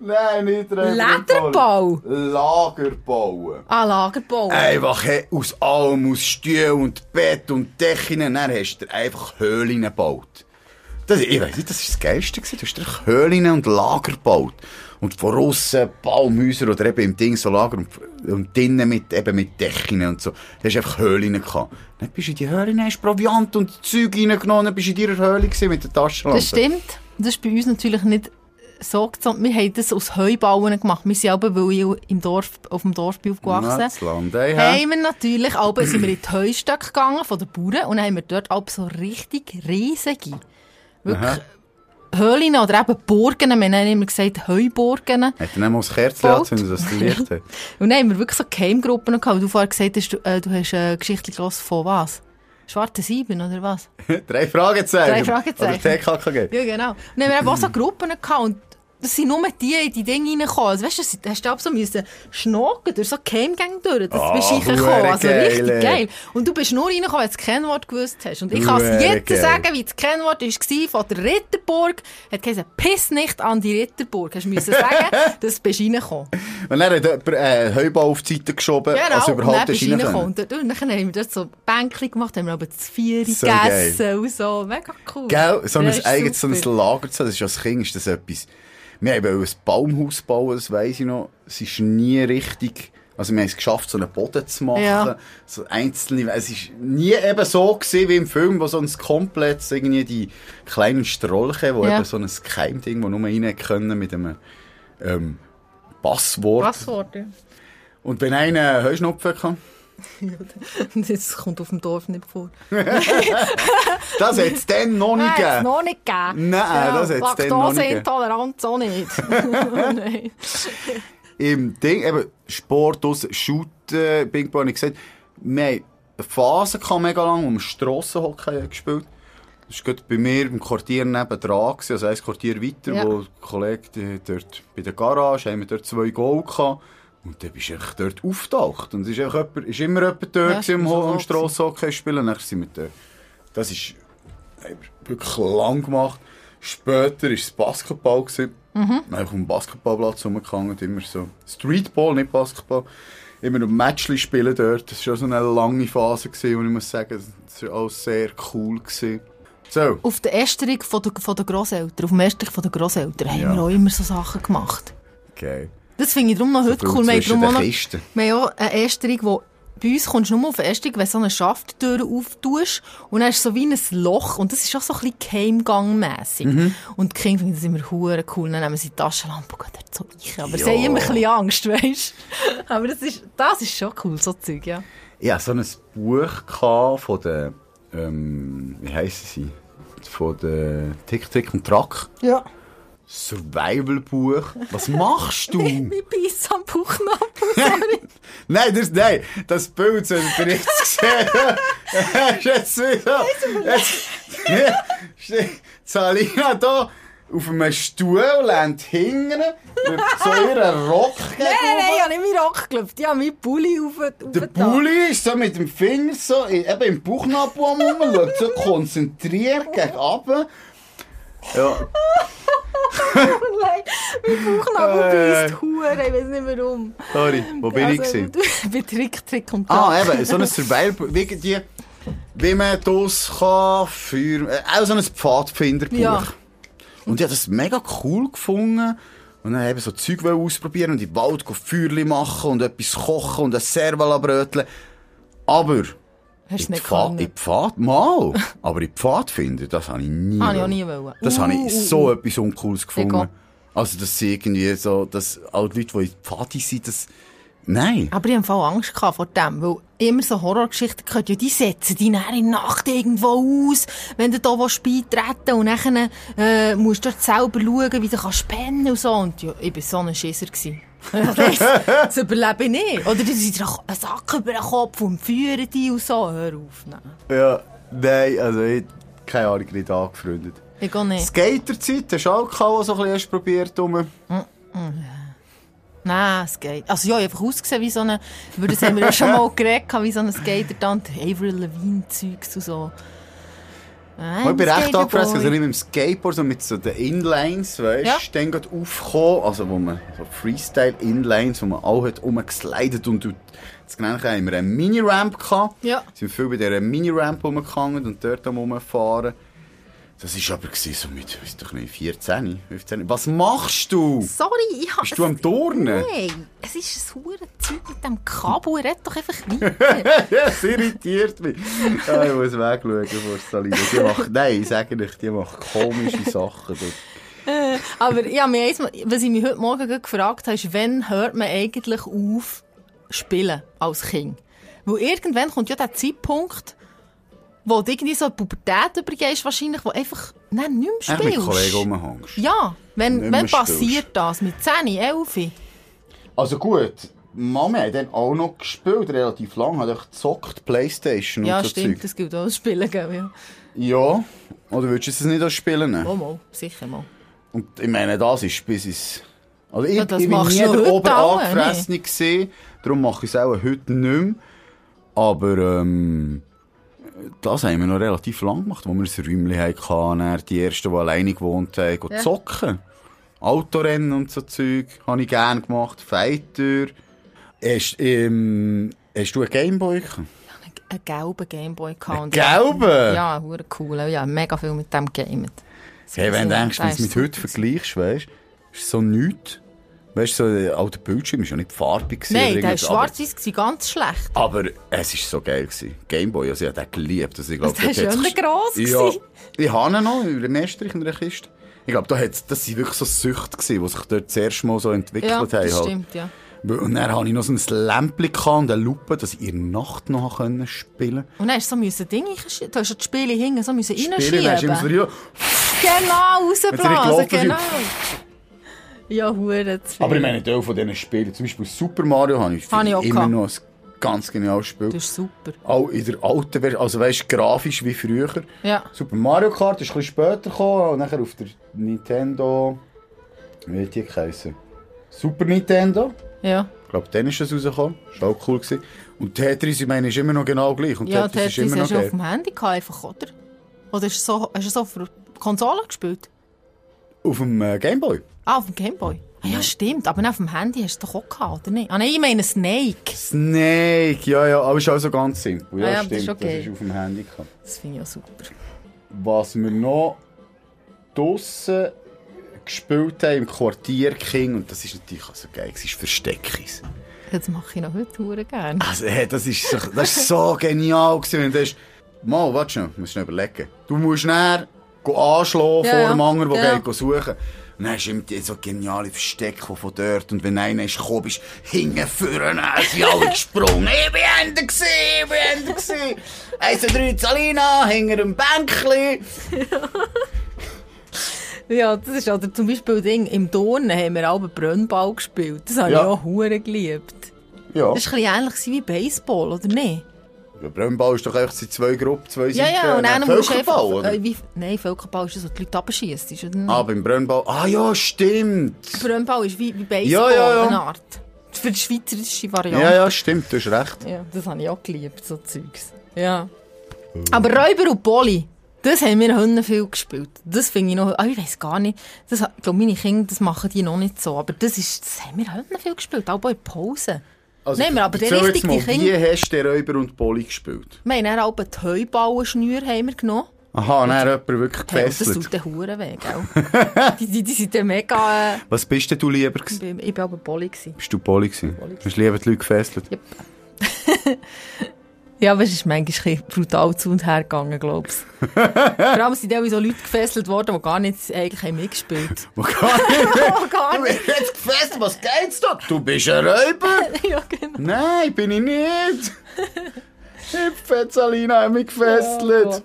S1: Nein, nicht Räuber-
S4: Lederbau?
S1: Lager bauen.
S4: Ah, Lagerbau.
S1: Einfach hey, aus allem, aus Stühlen und Bett und Decken, dann hast du dir einfach Höhlen gebaut. Das, ich weiss nicht, das war das Geilste. gewesen. Du hast dir Höhlen und Lager gebaut. Und von aussen Baumhäuser oder eben im Ding so Lager und, und drinnen mit, eben mit Decken und so. Da hast du einfach Höhlen gehabt. Dann bist du in die Höhlen, hast Proviant und Zeug reingenommen, dann bist du in deiner Höhle gewesen mit der Taschenlampe.
S4: Das stimmt. Das ist bei uns natürlich nicht so gesund. Wir haben das aus Heubauen gemacht. Wir sind aber, weil ich im Dorf, auf dem Dorf bin
S1: Das
S4: aufgewachsen
S1: Land, ey, hä?
S4: haben wir natürlich, aber sind wir in die Heustöcke gegangen von den Bauern und dann haben wir dort auch so richtig riesige, wirklich Höhlen oder eben Burgen, wir haben immer gesagt Heuburgen.
S1: Hat er nicht mal das Kerzchen
S4: Baut.
S1: angezündet, dass du Licht hat?
S4: Und dann haben wir wirklich so Geheimgruppen gehabt. Du vorher gesagt hast, du, äh, du hast eine Geschichte gelesen von was? Schwarze Sieben oder was?
S1: Drei Fragezeichen.
S4: Drei Fragezeichen.
S1: Oder TKKG.
S4: Ja, genau. Und dann haben wir eben auch so Gruppen gehabt und das sind nur die in die Dinge reingekommen. Also, weißt du, das- hast du ab so müssen schnocken durch so Geheimgänge durch, dass
S1: Ah,
S4: du bist
S1: huere
S4: reingekommen. Also
S1: geil, ey.
S4: richtig geil. Und du bist nur reingekommen, weil du das Kennwort gewusst hast. Und ich kann
S1: Huere
S4: es jetzt
S1: geil.
S4: sagen, wie das Kennwort war von der Ritterburg. Hat gesagt, piss nicht an die Ritterburg. Hast du müssen sagen, dass du bist reingekommen.
S1: Und dann hat jemand äh, Heubau auf die Seite geschoben,
S4: Genau,
S1: als
S4: und dann
S1: Also, überhaupt
S4: bist
S1: ist
S4: du reingekommen.
S1: reingekommen.
S4: Und dann- und dann haben wir dort so Bänkchen gemacht, haben wir aber zu vier
S1: So
S4: gegessen und so. Mega cool.
S1: Gell? So
S4: Ja,
S1: ein
S4: ist
S1: eigenes so ein
S4: super.
S1: Lager zu haben, das ist als Kind ist das etwas. Wir wollten ein Baumhaus bauen, das weiss ich noch. Es ist nie richtig... Also wir haben es geschafft, so einen Boden zu machen.
S4: Ja.
S1: So einzelne... Es ist nie eben so gewesen wie im Film, wo so ein komplett irgendwie die kleinen Strolche, wo
S4: Ja.
S1: eben so ein Geheimding, wo nur rein können mit einem ähm, Passwort.
S4: Passwort, ja.
S1: Und wenn einer Heuschnupfen kann,
S4: Das kommt auf dem Dorf nicht vor.
S1: das hat es dann noch nicht
S4: hat's
S1: gegeben.
S4: noch nicht gegeben.
S1: Nein, das hat's dann noch nicht gegeben.
S4: Laktoseintoleranz auch nicht. Nein.
S1: im Ding, eben Sport, aus Shooten, Ping-Pong, habe ich gesagt, wir haben eine Phase gehabt, mega lang, wo wir Strassenhockey gespielt Das war gerade bei mir im Quartier nebendran, gewesen, also ein Quartier weiter,
S4: Ja.
S1: wo der Kollege die, dort bei der Garage, haben wir dort zwei Goal gehabt. Und dann bist du einfach dort aufgetaucht. Und es ist, einfach jemand, ist immer jemand
S4: Ja,
S1: dort gewesen
S4: ist
S1: im,
S4: so
S1: Ho- am
S4: gewesen.
S1: Strassenhockey spielen. Und dann sind wir dort. Das ist haben wir wirklich lang gemacht. Später war es Basketball. gewesen.
S4: Mhm.
S1: Dann habe ich auf dem Basketballplatz rumgegangen und immer so Streetball, nicht Basketball. Immer noch Matchli spielen dort. Das war schon so eine lange Phase gewesen, und ich muss sagen, das war auch sehr cool gewesen. So,
S4: Auf der Ästerung von der, von der Grosseltern, auf dem Ästerung von der Grosseltern, haben
S1: Ja.
S4: wir auch immer so Sachen gemacht.
S1: okay.
S4: Das finde ich darum noch heute cool. Wir haben
S1: zwischen
S4: darum auch
S1: den
S4: noch-
S1: Kisten.
S4: Wir haben auch eine Ästerung, wo bei uns kommst du nur auf eine Ästerung, wenn du so eine Schafttür auftust und dann ist so wie ein Loch und das ist auch so ein bisschen Keimgangmässig.
S1: Mhm.
S4: Und die Kinder finden das immer hure cool, dann nehmen sie die Taschenlampe und gehen dort so rein. Aber sie
S1: Ja.
S4: haben immer ein bisschen Angst, weißt du? Aber das ist, das ist schon cool, so Zeug, ja.
S1: Ich hatte so ein Buch gehabt von der, ähm, wie heissen sie? Von der Tick, Tick und Track.
S4: Ja.
S1: Survival-Buch. Was machst du?
S4: Mein Beiß am Bauchnabel.
S1: Nein, das, nein, das Bild solltet ihr nicht sehen. Hast du jetzt wieder. Jetzt, Salina da auf einem Stuhl lehnt hinten mit so ihren Rock
S4: Nein, nein, nein, ich
S1: gegenüber.
S4: habe nicht meinen Rock gelöpft. Ich habe meinen Pulli auf, auf
S1: Der Bulli ist so mit dem Finger so in- eben im Bauchnabel rum, schaut so konzentriert gegen runter. Ja,
S4: Mein Bauchnabel
S1: Äh.
S4: beißt hure, ich weiß nicht warum.
S1: sorry, wo bin ich
S4: Also,
S1: gewesen?
S4: Bei Trick, Trick und Track.
S1: Ah, eben, so ein Survival, wie die Wie man das kann für... Äh, auch so ein Pfadfinderbuch.
S4: Ja.
S1: Und ich habe das mega cool gefunden. Und dann eben so Zeug wollen ausprobieren und im Wald gehen Feuerchen machen und etwas kochen und ein Serval bröteln. Aber...
S4: Hast du
S1: In
S4: nicht
S1: Pfad-
S4: gefunden?
S1: in Pfad, mal. Aber in Pfadfinder, das habe ich nie.
S4: Habe ich auch
S1: wollen.
S4: nie wollen.
S1: Das habe
S4: Uh,
S1: ich
S4: uh,
S1: so etwas Uncooles
S4: Ego.
S1: gefunden. Also, dass sie irgendwie so, dass auch die Leute, die in Pfadi sind, das, nein.
S4: Aber ich hatte Angst gehabt vor dem, weil immer so Horrorgeschichten gehört, ja, die setzen die dann in der Nacht irgendwo aus, wenn du da beitreten und dann äh, musst du dort selber schauen, wie du kannst spenden und so. Und ja, ich war so ein Schisser. gewesen. das, das überlebe ich nicht. Oder die sind dir einen Sack über den Kopf und führen die und so. Hör auf, nein.
S1: Ja, nein, also, ich, keine Ahnung, nicht angefreundet.
S4: Ich gehe nicht.
S1: Skaterzeit, hast du auch gehabt, was so ein bisschen erst probiert rum?
S4: Nein, es geht. Also ja, ich habe einfach ausgesehen wie so eine, über das haben wir ja schon mal geredet, wie so eine Skater-Tante, Avril Lavigne-Zeugs und so.
S1: Oh, Ich bin recht
S4: Skaterboy.
S1: angefressen, also nicht mit dem Skateboard, sondern mit so den Inlines, weißt du,
S4: Ja.
S1: dann geht aufgekommen, also wo man so Freestyle-Inlines, wo man alle hat rumgeslidet und du- das genannt haben wir eine Mini-Ramp gehabt.
S4: Ja.
S1: Sind viel bei dieser Mini-Ramp rumgegangen und dort am rumfahren. Das war aber gewesen, so mit, weiss doch nicht, 14, 15. Was machst du?
S4: Sorry, ich habe...
S1: Bist du am Turnen?
S4: Nein, es ist ein verdammtes Zeug mit dem Kabel, red doch einfach weiter.
S1: Ja, es irritiert mich. Ah, ich muss wegschauen vor Salina. Die macht, nein, ich sage nicht, die macht komische Sachen. dort.
S4: Aber ja, mir eins, was ich mich heute Morgen gerade gefragt habe, ist, wann hört man eigentlich auf spielen als Kind? Weil irgendwann kommt ja der Zeitpunkt, wo du irgendwie so in die Pubertät übergehst wahrscheinlich, wo einfach nein, nicht mehr
S1: Echt mit
S4: spielst.
S1: Kollegen rumhängst.
S4: Ja, wenn,
S1: Nicht
S4: wenn
S1: mehr spielst.
S4: passiert das? Mit 10, 11?
S1: Also gut, Mami hat dann auch noch gespielt, relativ lang, hat echt gezockt, Playstation
S4: Ja,
S1: und so
S4: stimmt,
S1: Zeug.
S4: das gilt auch als Spielen, gell? Ja.
S1: Ja, oder würdest du es nicht als Spielen nehmen?
S4: Oh, mal, sicher mal.
S1: Und ich meine, das ist bis ins... Also ich,
S4: Ja, das
S1: ich bin
S4: machst
S1: nie
S4: du
S1: der
S4: heute auch,
S1: Oberangefressene gesehen, darum mache ich es auch heute nicht mehr. Aber ähm, das haben wir noch relativ lang gemacht, wo wir ein Räumchen hatten, dann die Ersten, die alleine gewohnt haben, ja. zocken. Autorennen und so Zeug habe ich gerne gemacht, Fighter. Hast, ähm, hast du einen Gameboy? gehabt?
S4: Einen gelben Gameboy gehabt. und-
S1: Gelben?
S4: Ja, hure cool. Ja, mega viel mit dem gamet.
S1: Hey, wenn du
S4: Ja,
S1: denkst, wenn du es
S4: das
S1: mit
S4: ist
S1: heute vergleichst, weißt du, ist so nichts. Weißt du, so äh, der alte Bildschirm war ja nicht farbig. gewesen
S4: Nein,
S1: oder
S4: der war
S1: irgendwas, aber-
S4: schwarz-weiß, gewesen, ganz schlecht.
S1: Aber es war so geil. Gewesen. Gameboy, also ich habe den geliebt. Also ich glaub,
S4: Also der
S1: dort
S4: ist
S1: hat's-
S4: schon gross
S1: Ja,
S4: gewesen.
S1: ich habe ihn noch, in der Estrich in der Kiste. Ich glaube, da hat's- das waren wirklich so Süchte, gewesen, die sich dort das erste Mal so entwickelt
S4: Ja,
S1: haben.
S4: das
S1: halt.
S4: stimmt, ja.
S1: Und dann hatte ich noch so ein Lämpchen gehabt und eine Lupe, dass ich in der Nacht noch können spielen
S4: Und dann hast du so müssen Dinge reinschieben. Du hast ja die Spiele hinten so müssen
S1: konnte. Spielen, hast du immer so,
S4: reinschieben.
S1: ja.
S4: Genau,
S1: gelaufen,
S4: rausblasen, genau. Ja, hure zu viel.
S1: Aber ich meine, Teil von diesen Spielen, zum Beispiel Super Mario, habe ich,
S4: Habe ich auch
S1: immer
S4: gehabt.
S1: noch ein ganz geniales Spiel.
S4: Das ist super.
S1: Auch in der alten Version, also weißt du, grafisch wie früher.
S4: Ja.
S1: Super Mario Kart ist ein bisschen später gekommen, und nachher auf der Nintendo. Wie hat die geheißen? Super Nintendo.
S4: Ja,
S1: Ich glaube, dann ist das rausgekommen. Ist auch cool gewesen. Und Tetris, ich meine, ist immer noch genau gleich. Und
S4: ja
S1: Tetris ist
S4: Tetris
S1: immer noch
S4: hast du auf
S1: geil.
S4: dem Handy gehabt, einfach, oder? Oder hast du so, hast du so auf der Konsole gespielt?
S1: Auf dem äh, Gameboy.
S4: Ah, auf dem Gameboy. Ah, ja, stimmt. Aber auf dem Handy hast du doch auch gehabt, oder nicht? Ah, nein, ich meine Snake.
S1: Snake, ja, ja, aber ist auch so ganz simpel. Ja,
S4: Ah ja, aber das
S1: stimmt.
S4: ist okay.
S1: das ist auf dem Handy gekommen.
S4: Das finde ich auch super.
S1: Was wir noch draussen gespielt haben im Quartier King, und das ist natürlich auch so geil, das ist Versteckis.
S4: Das mache ich noch heute hure gerne.
S1: Also, hey, das ist so, das ist so genial gewesen, wenn du hast, mal, warte schon, musst schnell überlegen. Du musst näher anschlagen
S4: Ja,
S1: vor
S4: ja.
S1: dem anderen, der
S4: Ja.
S1: geht suchen. Und dann hast du immer die- so geniale Verstecke die von dort. Und wenn einer ist gekommen, bist du hinten vorne, dann sind alle gesprungen. Ich bin hinten gewesen, ich bin hinten gewesen. Eins, zwei, drei, Salina, hinter dem Bänkchen.
S4: Ja, das ist oder zum Beispiel Ding, im Turnen haben wir alle Brennball gespielt. Das habe
S1: Ja.
S4: ich auch hure geliebt.
S1: Ja.
S4: Das war ein bisschen ähnlich wie Baseball, oder nicht?
S1: Der Brennball ist doch echt in zwei Gruppen, zwei
S4: Ja, ja, und einer musst du einfach...
S1: äh, Völkerball, oder?
S4: Äh, wie, nein, Völkerball ist das, wo die Leute abschiessen. oder nicht?
S1: Ah, beim Brennball. Ah ja, stimmt.
S4: Brennball ist wie, wie
S1: Ja,
S4: Baseball,
S1: ja, ja.
S4: eine Art. Für die schweizerische Variante.
S1: Ja, ja, stimmt, du hast recht.
S4: Ja, das habe ich auch geliebt, so Zeugs. Ja. Aber Räuber und Poli, das haben wir Hunde viel gespielt. Das finde ich noch... Ah, ich weiß gar nicht. Das, ich glaube, meine Kinder das machen die noch nicht so. Aber das, ist, das haben wir Hunde viel gespielt, auch bei Pause.
S1: Also,
S4: Nein, aber
S1: erzähl
S4: der
S1: jetzt
S4: richtige
S1: mal,
S4: Kind-
S1: Wie hast du den Räuber und Poli gespielt?
S4: Wir haben dann auch die Heuballenschnür haben wir genommen.
S1: Aha, dann hat jemand wirklich
S4: Hey, das
S1: gefesselt.
S4: tut den Huren weh, gell? die, die, die sind dann mega... Äh,
S1: Was bist denn du lieber gewesen?
S4: ich war aber Poli. gewesen.
S1: Bist du Poli gewesen?
S4: Poli gewesen.
S1: Hast du lieber die Leute gefesselt?
S4: Ja, aber es ist manchmal ein bisschen brutal zu und her gegangen, glaubst du. Vor allem sind auch so Leute gefesselt worden, die gar nicht eigentlich haben mitgespielt
S1: Wo gar nicht.
S4: haben. gar
S1: Du bist jetzt gefesselt, was geht's da? Du bist ein Räuber?
S4: ja, genau.
S1: Nein, bin ich nicht. Ich Fetzalina hat mich gefesselt.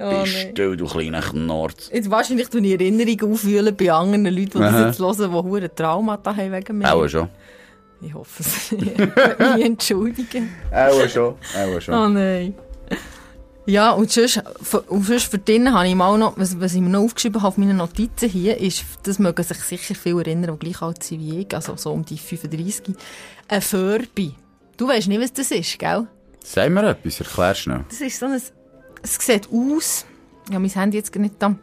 S4: Oh,
S1: bist
S4: nee.
S1: du, du kleiner Knort.
S4: Jetzt wahrscheinlich tun ich Erinnerungen aufwühlen bei anderen Leuten, die
S1: Aha.
S4: das jetzt hören, die hohe Traumata haben wegen mir.
S1: Auch schon.
S4: Ich hoffe es. ich würde mich entschuldigen.
S1: Auch schon. Auch schon.
S4: Oh nein. Ja, und sonst, f- und sonst für drinnen habe ich mal noch, was, was ich mir noch aufgeschrieben habe auf meinen Notizen hier, ist, das mögen sich sicher viele erinnern, die gleich alt sind wie ich, also so um die 35, ein Furby. Du weißt nicht, was das ist, gell?
S1: Sag mir etwas, erklär schnell.
S4: Das ist so ein, es sieht aus, ja, mein Handy jetzt gar nicht da,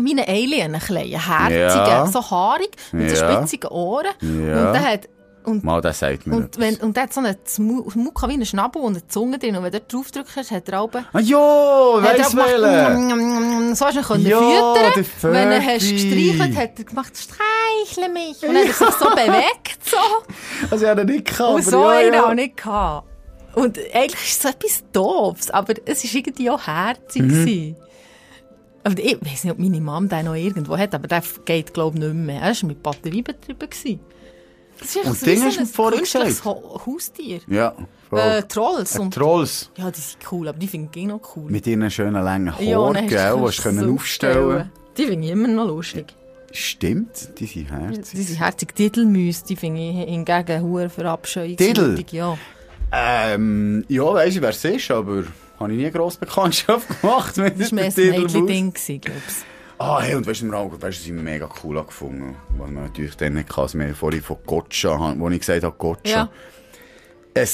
S4: wie ein Alien, ein kleiner, herziger,
S1: Ja.
S4: so haarig, mit so
S1: Ja.
S4: spitzigen Ohren.
S1: Ja.
S4: Und der hat, und
S1: Mal, das sagt mir
S4: und,
S1: etwas.
S4: wenn, und der hat so einen Zmu- Mucka wie einen Schnabel und eine Zunge drin. Und wenn du drauf drückst, hat er oben...
S1: Ah ja,
S4: hat er
S1: weiss
S4: mm,
S1: welchen.
S4: gemacht, so hast du ihn können
S1: Ja, der
S4: füttern.
S1: Ferdi.
S4: Wenn er hast gestreichelt hat er gemacht, streichle mich. Und dann hat er sich so bewegt. So.
S1: Also ich hatte nicht gehabt,
S4: Und
S1: aber
S4: so
S1: ja,
S4: einen
S1: ja.
S4: auch nicht gehabt. Und eigentlich ist es so etwas Doofes, aber es war irgendwie auch herzig.
S1: Mhm.
S4: gewesen. Aber ich weiß nicht, ob meine Mom den noch irgendwo hat, aber der geht, glaube ich, nicht mehr. Er war mit Batterie betrieben. gewesen. Das ist
S1: Und
S4: eigentlich so
S1: Ding
S4: wie so
S1: hast du
S4: ein
S1: mir vorhin
S4: künstliches
S1: gesagt.
S4: Ho- Haustier.
S1: Ja, voll.
S4: Äh, Trolls.
S1: Äh,
S4: Und,
S1: Trolls.
S4: ja, die sind cool, aber die finde ich noch cool.
S1: Mit ihren schönen langen
S4: ja, und dann
S1: Haaren,
S4: hast
S1: gell,
S4: du
S1: die du können
S4: so
S1: aufstellen
S4: Die finde ich immer noch lustig.
S1: Stimmt, die sind herzig.
S4: Diese herzige Titelmäuse, die finde ich hingegen hure verabscheuend.
S1: Titel?
S4: Ja.
S1: Ähm, ja, weiss ich, wer es ist, aber habe ich nie grosse Bekanntschaft gemacht mit
S4: Das
S1: mit
S4: war mehr ein
S1: Titel Maus.
S4: Mädchen-Ding, glaube ich.
S1: Ah, hey, und weißt du, wir haben- weißt du, sie mega cool gefunden. Was man natürlich dann nicht kann, als wir vorhin von Gotcha haben, wo ich gesagt habe, Gotcha.
S4: Ja.
S1: Ein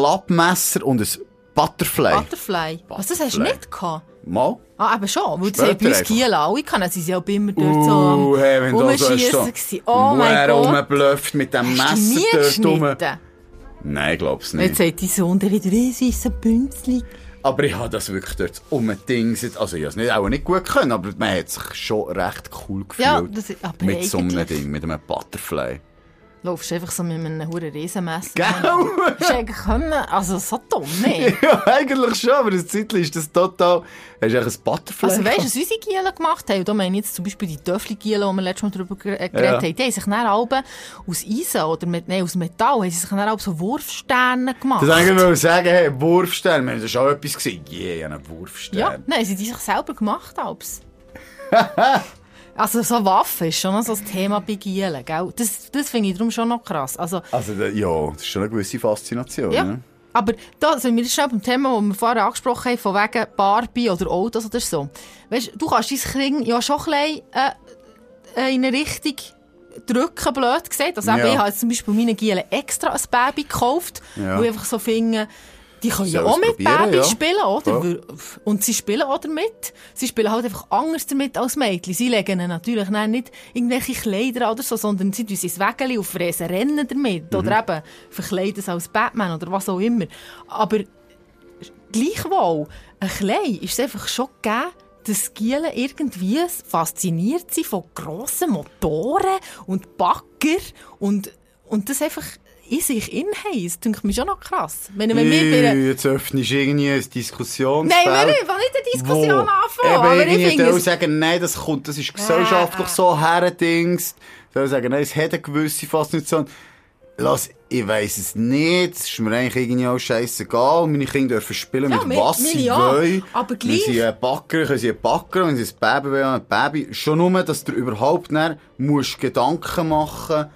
S1: Klappmesser und ein Butterfly.
S4: Butterfly. Was, das hast du
S1: Butterfly.
S4: nicht gehabt?
S1: Mal?
S4: Ah, eben schon, weil
S1: Später
S4: das haben bei uns
S1: einfach.
S4: Kiel alle gehabt, dann sind sie auch immer dort so
S1: Uh,
S4: am
S1: hey, wenn du so
S4: Rumschiessen
S1: hast,
S4: gewesen. Oh mein Gott,
S1: rumblöfft mit dem
S4: hast du
S1: um
S4: nie
S1: Messer dort rum.
S4: geschnitten?
S1: Nein, glaub's
S4: Jetzt
S1: nicht.
S4: sagt dein Sohn dir wieder, es ist ein Bünzli.
S1: Aber ich habe das wirklich dort umgedingset. Also, ich habe es nicht, auch nicht gut können, aber man hat sich schon recht cool gefühlt.
S4: Ja, das ist- aber
S1: Mit so einem
S4: eigentlich-
S1: Ding, mit einem Butterfly.
S4: Laufst einfach so mit einem hohen Riesenmesser.
S1: Gell?
S4: Hast du eigentlich können? Also, so dumm, ne?
S1: ja, eigentlich schon, aber das Zeitchen ist das total. Hast du eigentlich ein Butterfly?
S4: Also weißt du,
S1: gehabt?
S4: was unsere Gielen gemacht haben? Und Da meine ich jetzt zum Beispiel die Töffli-Gielen, die wir letztes Mal darüber ge- äh, geredet
S1: Ja.
S4: haben. Die haben sich dann alle aus Eisen oder mit, nein, aus Metall haben sie sich dann alle so Wurfsterne gemacht.
S1: Das eigentlich wollte ich sagen, hey, Wurfstern, wir haben das schon etwas gesehen. Je, yeah, einen Wurfstern.
S4: ja, nein, sie haben die sich selber gemacht, Alps. also so Waffen ist schon noch so ein Thema bei Gielen, gell? Das, das finde ich darum schon noch krass. Also,
S1: Also, da- ja, das ist schon eine gewisse Faszination.
S4: Ja.
S1: Ne?
S4: Aber da sind wir schnell beim Thema, das wir vorher angesprochen haben, von wegen Barbie oder Autos oder so. Weißt du, du kannst dein Kind ja schon ein bisschen, äh, äh, in eine Richtung drücken, blöd gesagt. Also eben,
S1: Ja.
S4: ich habe jetzt zum Beispiel meinen Gielen extra ein Baby gekauft,
S1: Ja.
S4: wo ich einfach so finde, die können ja
S1: Sollen
S4: auch
S1: es
S4: mit
S1: probieren,
S4: Baby
S1: ja.
S4: spielen, oder?
S1: Ja.
S4: Und sie spielen auch damit. Sie spielen halt einfach anders damit als Mädchen. Sie legen ihnen natürlich dann nicht irgendwelche Kleider oder so, sondern sie tun sich Wägeli auf Fräsen rennen damit. Oder eben verkleiden sie als Batman oder was auch immer. Aber gleichwohl, ein klein ist es einfach schon gegeben, dass Gielen irgendwie fasziniert sind von grossen Motoren und Bagger und, und das einfach in sich inhaben. Das finde ich schon noch krass. Wenn,
S1: Eh,
S4: wenn wir bei einer-
S1: jetzt öffnest du irgendwie ein Diskussionsfeld.
S4: Nein, wir wollen nicht eine Diskussion anfangen.
S1: Eben,
S4: Aber ich
S1: irgendwie
S4: finde
S1: soll
S4: es... Ah,
S1: sagen, nein, das kommt, das ist gesellschaftlich so herdings. Soll sagen, nein, es hat eine gewisse Faszination. Lass, ich weiss es nicht. Es ist mir eigentlich irgendwie auch scheissegal. Meine Kinder dürfen spielen
S4: Ja,
S1: mit
S4: mir-
S1: was
S4: mir
S1: sie
S4: ja.
S1: wollen.
S4: Aber
S1: Wenn
S4: gleich-
S1: sie einen Backer, können sie einen Backer, wenn sie ein Baby wollen, ein Baby. Schon nur, dass du überhaupt nicht musst Gedanken machen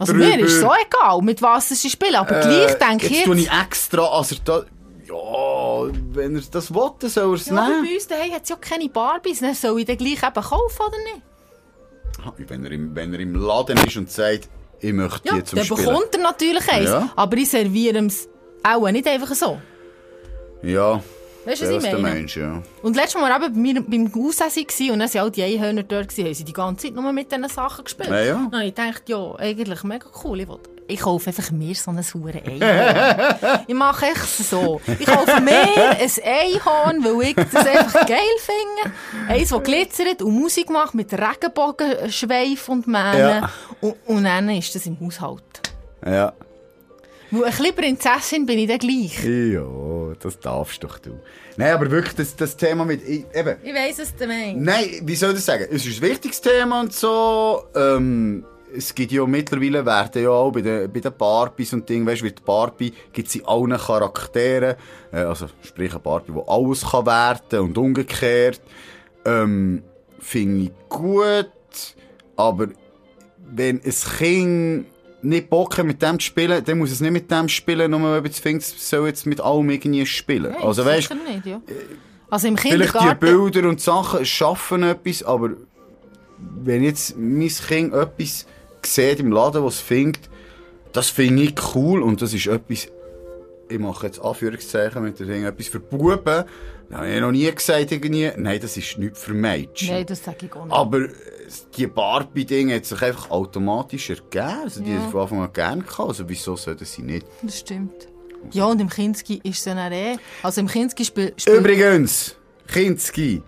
S4: Also mir
S1: drüber-
S4: ist so egal, mit was sie spielen. Aber
S1: Eh,
S4: gleich denke ich
S1: Äh, jetzt. tue ich
S4: jetzt...
S1: extra, also da, ja, wenn er das will, dann soll er es
S4: Ja, aber
S1: nehmen.
S4: bei uns daheim hat es ja keine Barbies. Dann soll ich den gleich eben kaufen, oder nicht?
S1: Wenn er, im, wenn er im Laden ist und sagt, ich möchte
S4: Ja,
S1: die zum
S4: dann
S1: Spielen.
S4: bekommt er natürlich eins.
S1: Ja.
S4: Aber ich serviere ihm es auch nicht einfach so.
S1: Ja,
S4: Weißt du,
S1: das
S4: was ich
S1: ist der
S4: meine?
S1: Mensch, ja.
S4: Und letztes Mal eben bei mir beim Ausessen gsi und dann waren all die Einhörner dort, gewesen, haben sie die ganze Zeit nur mit diesen Sachen gespielt.
S1: Ja, ja.
S4: Und ich dachte, ja, eigentlich mega cool, ich will ich kaufe einfach mir so ein hure Einhorn. ich mache echt so. Ich kaufe mir ein Einhorn, weil ich das einfach geil finde. Eins, das glitzert und Musik macht mit Regenbogenschweif und Mähnen.
S1: Ja.
S4: Und, und dann ist das im Haushalt.
S1: Ja.
S4: Weil ein bisschen Prinzessin bin ich dann gleich.
S1: Ja, das darfst doch du. Nein, aber wirklich, das, das Thema mit... ich- Eben,
S4: Ich weiss, was du meinst.
S1: Nein, wie soll ich das sagen? Es ist ein wichtiges Thema und so. Ähm, es gibt ja mittlerweile, werden ja auch bei den, bei den Barbies und Ding, weißt du, wird die Barbie, gibt sie allen Charakteren. Äh, also, sprich, eine Barbie, die alles kann werden und umgekehrt. Ähm, Finde ich gut, aber wenn ein Kind nicht Bock hat, mit dem zu spielen, dann muss es nicht mit dem spielen, nur weil es findet, es soll jetzt mit allem irgendwie spielen. also, weißt äh,
S4: sicher nicht, ja. Also im
S1: Vielleicht die
S4: Kindergarten...
S1: Bilder und Sachen schaffen etwas, aber wenn jetzt mein Kind etwas sieht im Laden, was findet, das finde ich cool und das ist etwas, ich mache jetzt Anführungszeichen mit der Ding, etwas für Buben, da habe ich noch nie gesagt, irgendwie, nein, das ist nichts für Mädchen.
S4: Nein, das sage ich gar nicht.
S1: Aber äh, die Barbie-Dinge hat sich einfach automatisch ergeben, also die hat von Anfang an gerne gehabt, also wieso sollten sie nicht?
S4: Das stimmt. Ja, und im Kinski ist es ja dann eh... Also im Kinski spielt... Spiel
S1: Übrigens, Kinski,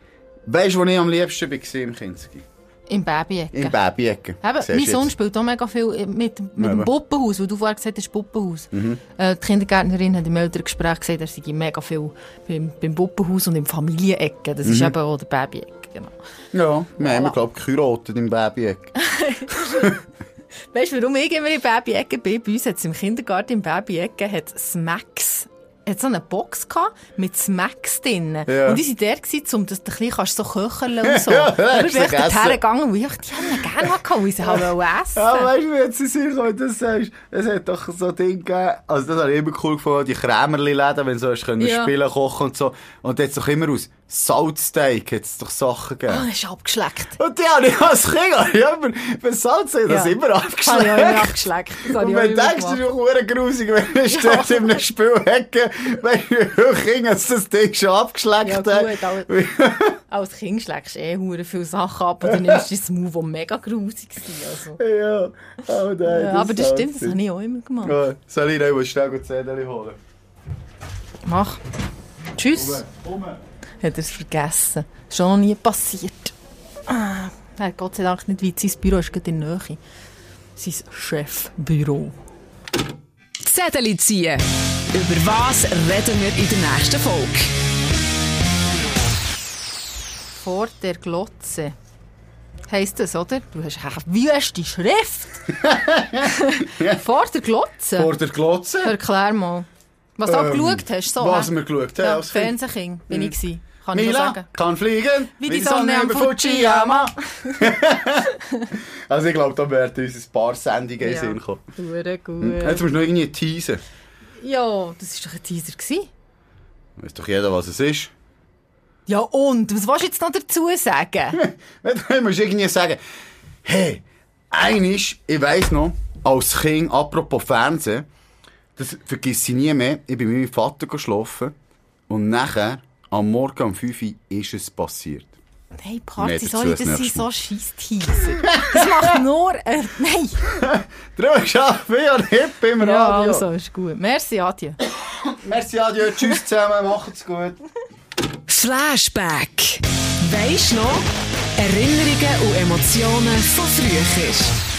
S1: weißt du, wo ich am liebsten war im Kinski?
S4: Im Baby-Ecke.
S1: Im Baby-Ecke.
S4: Eben,
S1: Siehst du
S4: mein Sohn
S1: jetzt?
S4: spielt auch mega viel mit, mit
S1: Eben.
S4: dem Puppenhaus, weil du vorher gesagt hast, Puppenhaus.
S1: Mhm.
S4: Äh, die Kindergärtnerin hat im Elterngespräch gesagt, er sei mega viel beim, beim Puppenhaus und im Familienecke. Das
S1: Mhm.
S4: ist eben auch der Baby-Ecke. Genau.
S1: Ja, wir haben, glaube ich, geheiratet im Baby-Ecke.
S4: Weißt du, warum ich immer in Baby-Ecke bin? Bei uns hat es im Kindergarten im Baby-Ecke hat Smacks. Hat so eine Box gehabt, mit Smacks drin.
S1: Ja.
S4: Und die waren der, gewesen, um dass du ein bisschen kannst so köcheln und so.
S1: Ja,
S4: und
S1: hast
S4: ich
S1: du
S4: bin echt
S1: gegessen?
S4: dorthin gegangen, weil ich die haben gerne gehabt, weil sie halt essen
S1: Ja,
S4: wollten.
S1: weißt du, wie jetzt sie sicher, wenn du das sagst, es hat doch so Dinge gegeben, also das habe ich immer cool gefunden, die Krämerli-Läden, wenn du so hast können
S4: Ja.
S1: spielen, kochen und so. Und da hat es doch immer aus Salzteig hat es doch Sachen
S4: Ah,
S1: gegeben.
S4: das ist abgeschleckt.
S1: Und die habe ich als Kind, habe ich immer, bei Salzteig, das
S4: Ja.
S1: immer
S4: Habe ich auch immer
S1: abgeschleckt.
S4: abgeschleckt.
S1: Und wenn du denkst, das ist doch verdammt grusig, wenn du stehst in einem Spielhecke, wenn du Kinder das Ding schon
S4: Ja,
S1: abgeschleckt
S4: gut,
S1: haben.
S4: aber als Kind schlägst du eh hure viele Sachen ab und dann nimmst du das Move, der mega grusig war. Also.
S1: Ja, oh nein,
S4: Ja, aber das
S1: Salzteig.
S4: stimmt, das habe ich auch immer gemacht.
S1: Ja, soll ich noch schnell die Zettel holen?
S4: Mach. Tschüss. Hat er es vergessen. Ist schon noch nie passiert. Ah, er hat Gott sei Dank nicht weit. Sein Büro ist gerade in der Nähe. Sein Chefbüro.
S3: Zettel ziehen. Über was reden wir in der nächsten Folge?
S4: Vor der Glotze. Heisst das, oder? Du hast eine wüste Schrift. Vor der Glotze.
S1: Vor der Glotze?
S4: Erklär mal. Was du
S1: Ähm,
S4: geschaut hast, so.
S1: was
S4: hä?
S1: wir geschaut haben
S4: ja,
S1: als Kind. Mhm.
S4: Fernsehking bin ich gewesen. Kann ich so
S1: Mila
S4: sagen.
S1: kann fliegen,
S4: Wie die Sonne am
S1: also ich glaube, da werden uns ein paar Sendungen in den Mhm. Also-
S4: Ja.
S1: Sinn kommen.
S4: Hure gut.
S1: Jetzt musst du noch irgendwie teasen.
S4: Ja, das war doch ein Teaser. Gewesen.
S1: Weiss doch jeder, was es ist.
S4: Ja und? Was willst du jetzt noch dazu sagen?
S1: Dann musst du irgendwie sagen, hey, einisch, ich weiss noch, als Kind, apropos Fernsehen, das vergiss ich nie mehr, ich bin mit meinem Vater geschlafen und nachher, am Morgen um 5 Uhr, ist es passiert.
S4: Nein,
S1: Mehr
S4: Party,
S1: dazu
S4: sorry,
S1: das
S4: das sind
S1: nächste
S4: so scheiß Teaser. Das macht nur... Äh, nein.
S1: Darum ist AFW und Hip im Radio.
S4: Ja, also, ist gut. Merci, adieu.
S1: Merci, adieu, tschüss zusammen, macht's gut.
S3: Flashback. Weisst noch? Erinnerungen und Emotionen von früher.